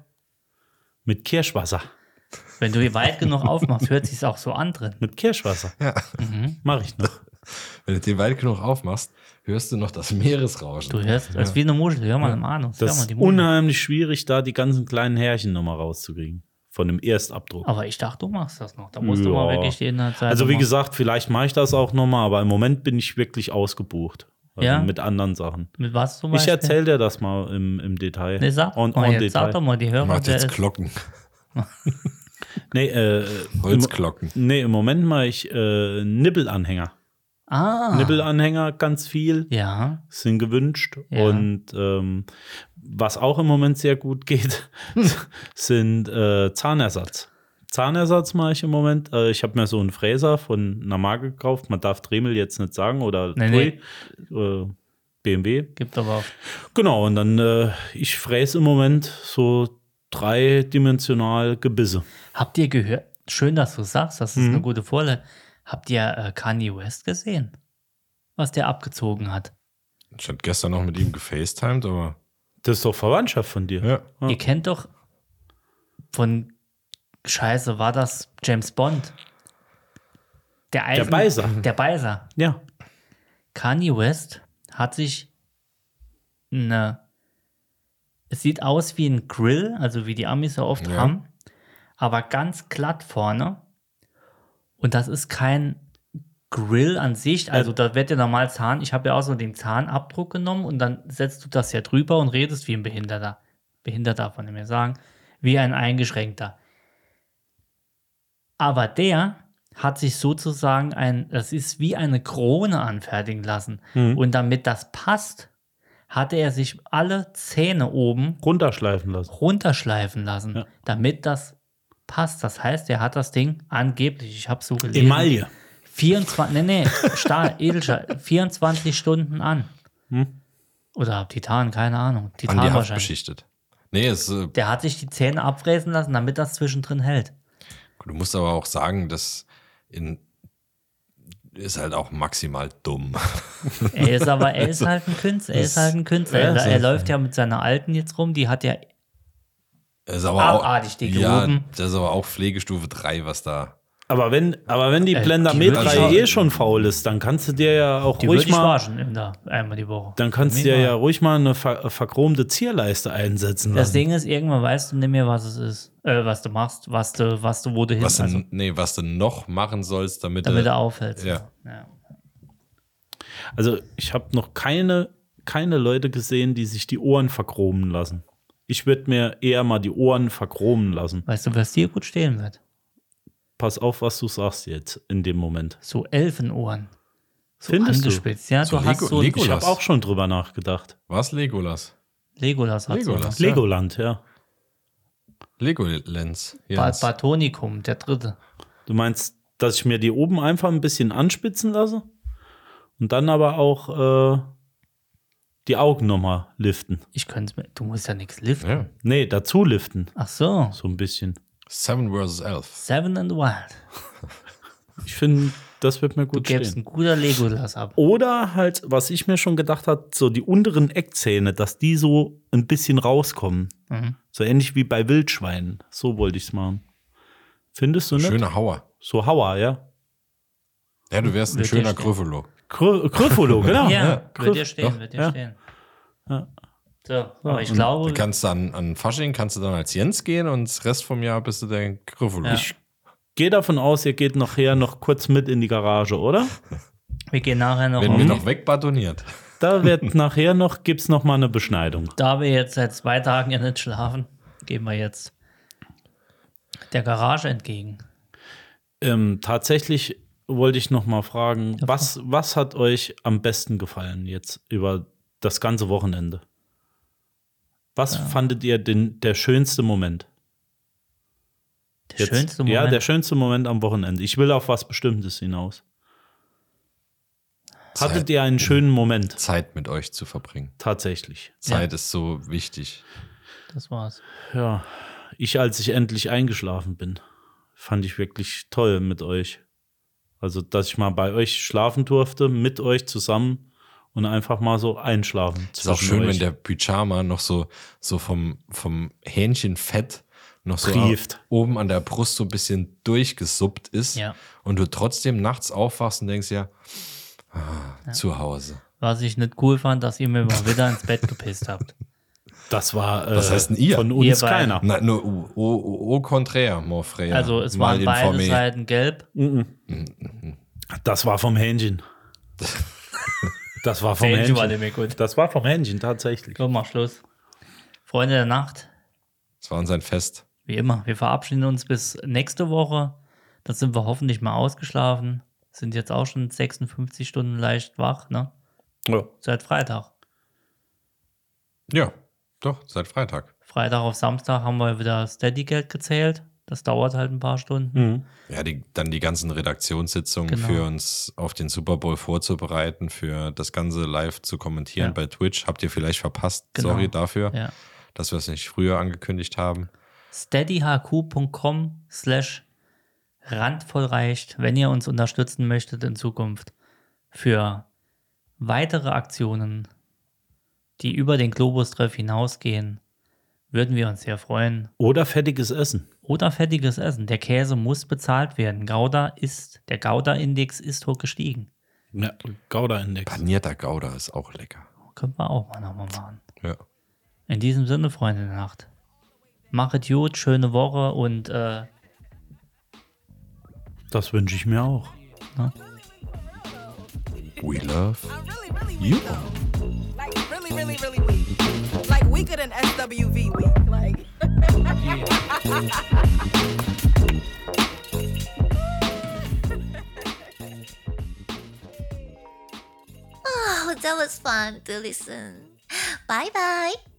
Speaker 6: Mit Kirschwasser.
Speaker 5: Wenn du die weit genug aufmachst, hört sich's auch so an drin.
Speaker 6: Mit Kirschwasser. Ja. Mache ich noch.
Speaker 1: Wenn du den weit genug aufmachst, hörst du noch das Meeresrauschen.
Speaker 5: Du hörst, das ist wie eine Muschel. Hör mal im Anus. Hör
Speaker 6: Das
Speaker 5: mal
Speaker 6: ist
Speaker 5: die Muschel.
Speaker 6: unheimlich schwierig, da die ganzen kleinen Härchen nochmal rauszukriegen. Von dem Erstabdruck.
Speaker 5: Aber ich dachte, du machst das noch. Da musst du
Speaker 6: Ja.
Speaker 5: mal wirklich die Inhaltszeit.
Speaker 6: Also wie gesagt, vielleicht mache ich das auch nochmal, aber im Moment bin ich wirklich ausgebucht. Also
Speaker 5: Ja?
Speaker 6: Mit anderen Sachen.
Speaker 5: Mit was zum
Speaker 6: Ich
Speaker 5: Beispiel?
Speaker 6: erzähle dir das mal im, im Detail.
Speaker 5: Nee, sag,
Speaker 6: on,
Speaker 5: mal,
Speaker 6: on
Speaker 5: jetzt, sag
Speaker 6: Detail.
Speaker 5: doch mal, die Hörer.
Speaker 1: Macht
Speaker 5: wer
Speaker 1: jetzt
Speaker 5: ist-
Speaker 1: Glocken.
Speaker 6: Nee, äh,
Speaker 1: Holzglocken.
Speaker 6: Im, nee, im Moment mache ich äh, Nibbelanhänger.
Speaker 5: Ah.
Speaker 6: Nibbelanhänger ganz viel
Speaker 5: Ja.
Speaker 6: sind gewünscht.
Speaker 5: Ja.
Speaker 6: Und ähm, was auch im Moment sehr gut geht,
Speaker 5: Hm.
Speaker 6: sind äh, Zahnersatz. Zahnersatz mache ich im Moment. Äh, ich habe mir so einen Fräser von einer Marke gekauft. Man darf Dremel jetzt nicht sagen oder
Speaker 5: Nee,
Speaker 6: Tui, Äh, BMW.
Speaker 5: Gibt aber auch.
Speaker 6: Genau, und dann, äh, ich fräse im Moment so dreidimensional Gebisse.
Speaker 5: Habt ihr gehört? Schön, dass du sagst, das ist eine gute Vorlage. Habt ihr äh, Kanye West gesehen? Was der abgezogen hat.
Speaker 1: Ich hatte gestern noch mit ihm gefacetimed, aber
Speaker 6: Das ist doch Verwandtschaft von dir.
Speaker 1: ja.
Speaker 5: Ihr kennt doch von Scheiße, war das James Bond? Der, Eisen,
Speaker 6: Beiser.
Speaker 5: Der Beiser.
Speaker 6: Ja.
Speaker 5: Kanye West hat sich eine. Es sieht aus wie ein Grill, also wie die Amis so oft haben, aber ganz glatt vorne. Und das ist kein Grill an sich. Also da wird ja normal Zahn. Ich habe ja auch so den Zahnabdruck genommen und dann setzt du das ja drüber und redest wie ein Behinderter. Behinderter von dem wir sagen. Wie ein Eingeschränkter. Aber der hat sich sozusagen ein, das ist wie eine Krone anfertigen lassen. Und damit das passt, hatte er sich alle Zähne oben
Speaker 6: Runterschleifen lassen.
Speaker 5: runterschleifen lassen,
Speaker 6: Ja.
Speaker 5: damit das passt. Das heißt, er hat das Ding angeblich, ich habe so gelesen,
Speaker 6: Emaille.
Speaker 5: 24, nee, nee, Stahl, Edelstahl, 24 Stunden an. Oder Titan, keine Ahnung.
Speaker 1: an die
Speaker 5: Titan
Speaker 1: Haft
Speaker 5: wahrscheinlich.
Speaker 1: beschichtet. Nee, es, äh,
Speaker 5: Der hat sich die Zähne abfräsen lassen, damit das zwischendrin hält.
Speaker 1: du musst aber auch sagen, das in, ist halt auch maximal dumm.
Speaker 5: Er ist aber, er ist halt ein Künstler. Er ist halt ein Künstler. Er,
Speaker 6: Ja, so.
Speaker 5: er läuft ja mit seiner Alten jetzt rum, die hat ja
Speaker 1: Das ist aber
Speaker 5: Abartig,
Speaker 1: auch,
Speaker 5: die
Speaker 1: ja,
Speaker 5: gehoben.
Speaker 1: das ist aber auch Pflegestufe 3, was da.
Speaker 6: Aber wenn, aber wenn die
Speaker 5: Äh,
Speaker 6: Blender
Speaker 5: die
Speaker 6: Metrei
Speaker 5: würd ich-
Speaker 6: eh schon faul ist, dann kannst du dir ja auch
Speaker 5: Die würde
Speaker 6: ruhig
Speaker 5: ich
Speaker 6: mal.
Speaker 5: waschen in der, einmal die Woche.
Speaker 6: Dann kannst du
Speaker 5: Mega.
Speaker 6: dir ja ruhig mal eine ver äh, verchromte Zierleiste einsetzen
Speaker 5: Das
Speaker 6: lassen.
Speaker 5: Ding ist, irgendwann weißt du nicht mehr, was es ist. Äh, was du machst, was du, was du, wo du hin,
Speaker 1: Was, du-
Speaker 5: also,
Speaker 1: nee, was du noch machen sollst, damit,
Speaker 5: damit
Speaker 1: du,
Speaker 5: du aufhältst.
Speaker 1: Ja.
Speaker 6: Also ich habe noch keine, keine Leute gesehen, die sich die Ohren verchromen lassen. Ich würde mir eher mal die Ohren verchromen lassen.
Speaker 5: Weißt du, was dir gut stehen wird?
Speaker 6: Pass auf, was du sagst jetzt in dem Moment.
Speaker 5: So Elfenohren. So
Speaker 6: Findest du?
Speaker 5: angespitzt. Ja,
Speaker 1: So
Speaker 5: du hast
Speaker 1: Lego-
Speaker 5: so ein
Speaker 1: Lego-
Speaker 6: Ich habe auch schon drüber nachgedacht.
Speaker 1: Was Legolas?
Speaker 5: Legolas hat
Speaker 1: Legolas.
Speaker 5: Legolas.
Speaker 1: Ja.
Speaker 6: Legoland, ja.
Speaker 1: Legolens.
Speaker 5: So
Speaker 1: Ja,
Speaker 5: ba Batonicum, der dritte.
Speaker 6: Du meinst, dass ich mir die oben einfach ein bisschen anspitzen lasse und dann aber auch äh, die Augen nochmal liften.
Speaker 5: Ich könnte mir. Du musst ja nichts liften.
Speaker 1: ja.
Speaker 6: Nee, dazu liften.
Speaker 5: Ach so.
Speaker 6: So ein bisschen.
Speaker 1: Seven vs. Elf.
Speaker 5: Seven and Wild.
Speaker 6: Ich finde, das wird mir
Speaker 5: Du
Speaker 6: gut
Speaker 5: gäbst ein
Speaker 6: stehen.
Speaker 5: guter Legolas ab.
Speaker 6: Oder halt, was ich mir schon gedacht habe, so die unteren Eckzähne, dass die so ein bisschen rauskommen.
Speaker 5: Mhm.
Speaker 6: So ähnlich wie bei Wildschweinen. So wollte ich es machen. Findest du nicht?
Speaker 1: Schöner Hauer.
Speaker 6: So Hauer, ja.
Speaker 1: Ja, du wärst ein
Speaker 5: Wird dir
Speaker 1: schöner
Speaker 5: stehen.
Speaker 1: Gryffalo.
Speaker 6: Gry- Gryffalo, genau.
Speaker 5: Ja, wird dir
Speaker 6: Griff,
Speaker 5: stehen,
Speaker 6: doch,
Speaker 5: wird dir
Speaker 6: ja.
Speaker 5: stehen. So, aber ich
Speaker 6: und
Speaker 5: glaube,
Speaker 1: Du kannst dann an Fasching kannst du dann als Jens gehen und das Rest vom Jahr bist du der Gryffalo.
Speaker 6: Ich gehe davon aus, ihr geht nachher noch kurz mit in die Garage, oder?
Speaker 5: wir gehen nachher noch
Speaker 1: Wenn
Speaker 5: um.
Speaker 1: wir noch wegbadoniert.
Speaker 6: Da wird nachher noch, gibt's noch mal eine Beschneidung.
Speaker 5: Da wir jetzt seit zwei Tagen ja nicht schlafen, gehen wir jetzt der Garage entgegen.
Speaker 6: Ähm, tatsächlich wollte ich noch mal fragen, was, was hat euch am besten gefallen jetzt über das ganze Wochenende? Was fandet ihr den, der schönste Moment?
Speaker 5: Der
Speaker 6: Jetzt-
Speaker 5: schönste Moment.
Speaker 6: Ja, der schönste Moment am Wochenende. Ich will auf was Bestimmtes hinaus. Hattet
Speaker 1: Zeit,
Speaker 6: ihr einen schönen Moment?
Speaker 1: Zeit mit euch zu verbringen.
Speaker 6: Tatsächlich.
Speaker 1: Zeit ist so wichtig.
Speaker 5: das war's.
Speaker 6: Ja, ich, als ich endlich eingeschlafen bin, fand ich wirklich toll mit euch. Also, dass ich mal bei euch schlafen durfte, mit euch zusammen und einfach mal so einschlafen.
Speaker 1: Ist auch schön,
Speaker 6: euch.
Speaker 1: wenn der Pyjama noch so, so vom, vom Hähnchenfett noch so
Speaker 6: Trieft.
Speaker 1: ab- oben an der Brust so ein bisschen durchgesuppt ist
Speaker 5: Ja.
Speaker 1: und du trotzdem nachts aufwachst und denkst ja, ah, zu Hause.
Speaker 5: Was ich nicht cool fand, dass ihr mir mal wieder ins Bett gepisst habt.
Speaker 6: Das war äh,
Speaker 1: Was heißt denn ihr?
Speaker 6: von
Speaker 5: Ihr
Speaker 6: uns
Speaker 5: beiden.
Speaker 6: keiner.
Speaker 1: Na, nur au, au, au contraire, mon frère.
Speaker 5: Also es
Speaker 1: Mal
Speaker 5: waren beide
Speaker 1: informé.
Speaker 5: Seiten gelb. mm.
Speaker 6: Das war vom Hähnchen. Das war vom
Speaker 5: Hähnchen
Speaker 6: Hähnchen.
Speaker 5: war nicht mehr gut.
Speaker 6: Das war vom Hähnchen, tatsächlich.
Speaker 5: So, mach Schluss. Freunde der Nacht,
Speaker 1: Es war uns ein Fest.
Speaker 5: Wie immer, wir verabschieden uns bis nächste Woche. Dann sind wir hoffentlich mal ausgeschlafen. Sind jetzt auch schon 56 Stunden leicht wach, ne?
Speaker 6: Ja.
Speaker 5: Seit Freitag.
Speaker 1: Ja, doch, seit Freitag.
Speaker 5: Freitag auf Samstag haben wir wieder Steady-Geld gezählt. Das dauert halt ein paar Stunden.
Speaker 6: Mhm.
Speaker 1: Ja, die, dann die ganzen Redaktionssitzungen
Speaker 5: Genau.
Speaker 1: für uns auf den Super Bowl vorzubereiten, für das Ganze live zu kommentieren
Speaker 5: Ja.
Speaker 1: bei Twitch. Habt ihr vielleicht verpasst?
Speaker 5: Genau.
Speaker 1: Sorry dafür,
Speaker 5: Ja.
Speaker 1: dass wir es nicht früher angekündigt haben.
Speaker 5: steadyhq.com slash randvoll reicht, wenn ihr uns unterstützen möchtet in Zukunft für weitere Aktionen, die über den Globus-Treff hinausgehen, würden wir uns sehr freuen.
Speaker 6: Oder fettiges Essen.
Speaker 5: Oder fettiges Essen. Der Käse muss bezahlt werden. Gouda ist, der Gouda-Index ist hoch gestiegen.
Speaker 6: Ja, Gouda-Index.
Speaker 1: Panierter Gouda ist auch lecker.
Speaker 5: Können wir auch mal nochmal machen.
Speaker 1: Ja.
Speaker 5: In diesem Sinne, Freunde der Nacht. Machet gut, schöne Woche und äh,
Speaker 6: Das wünsche ich mir auch.
Speaker 1: We love
Speaker 3: I'm really, really weak though. Like really, really, really weak. Like weaker than SWV weak. Like.
Speaker 2: Oh, that was fun to listen. Bye bye.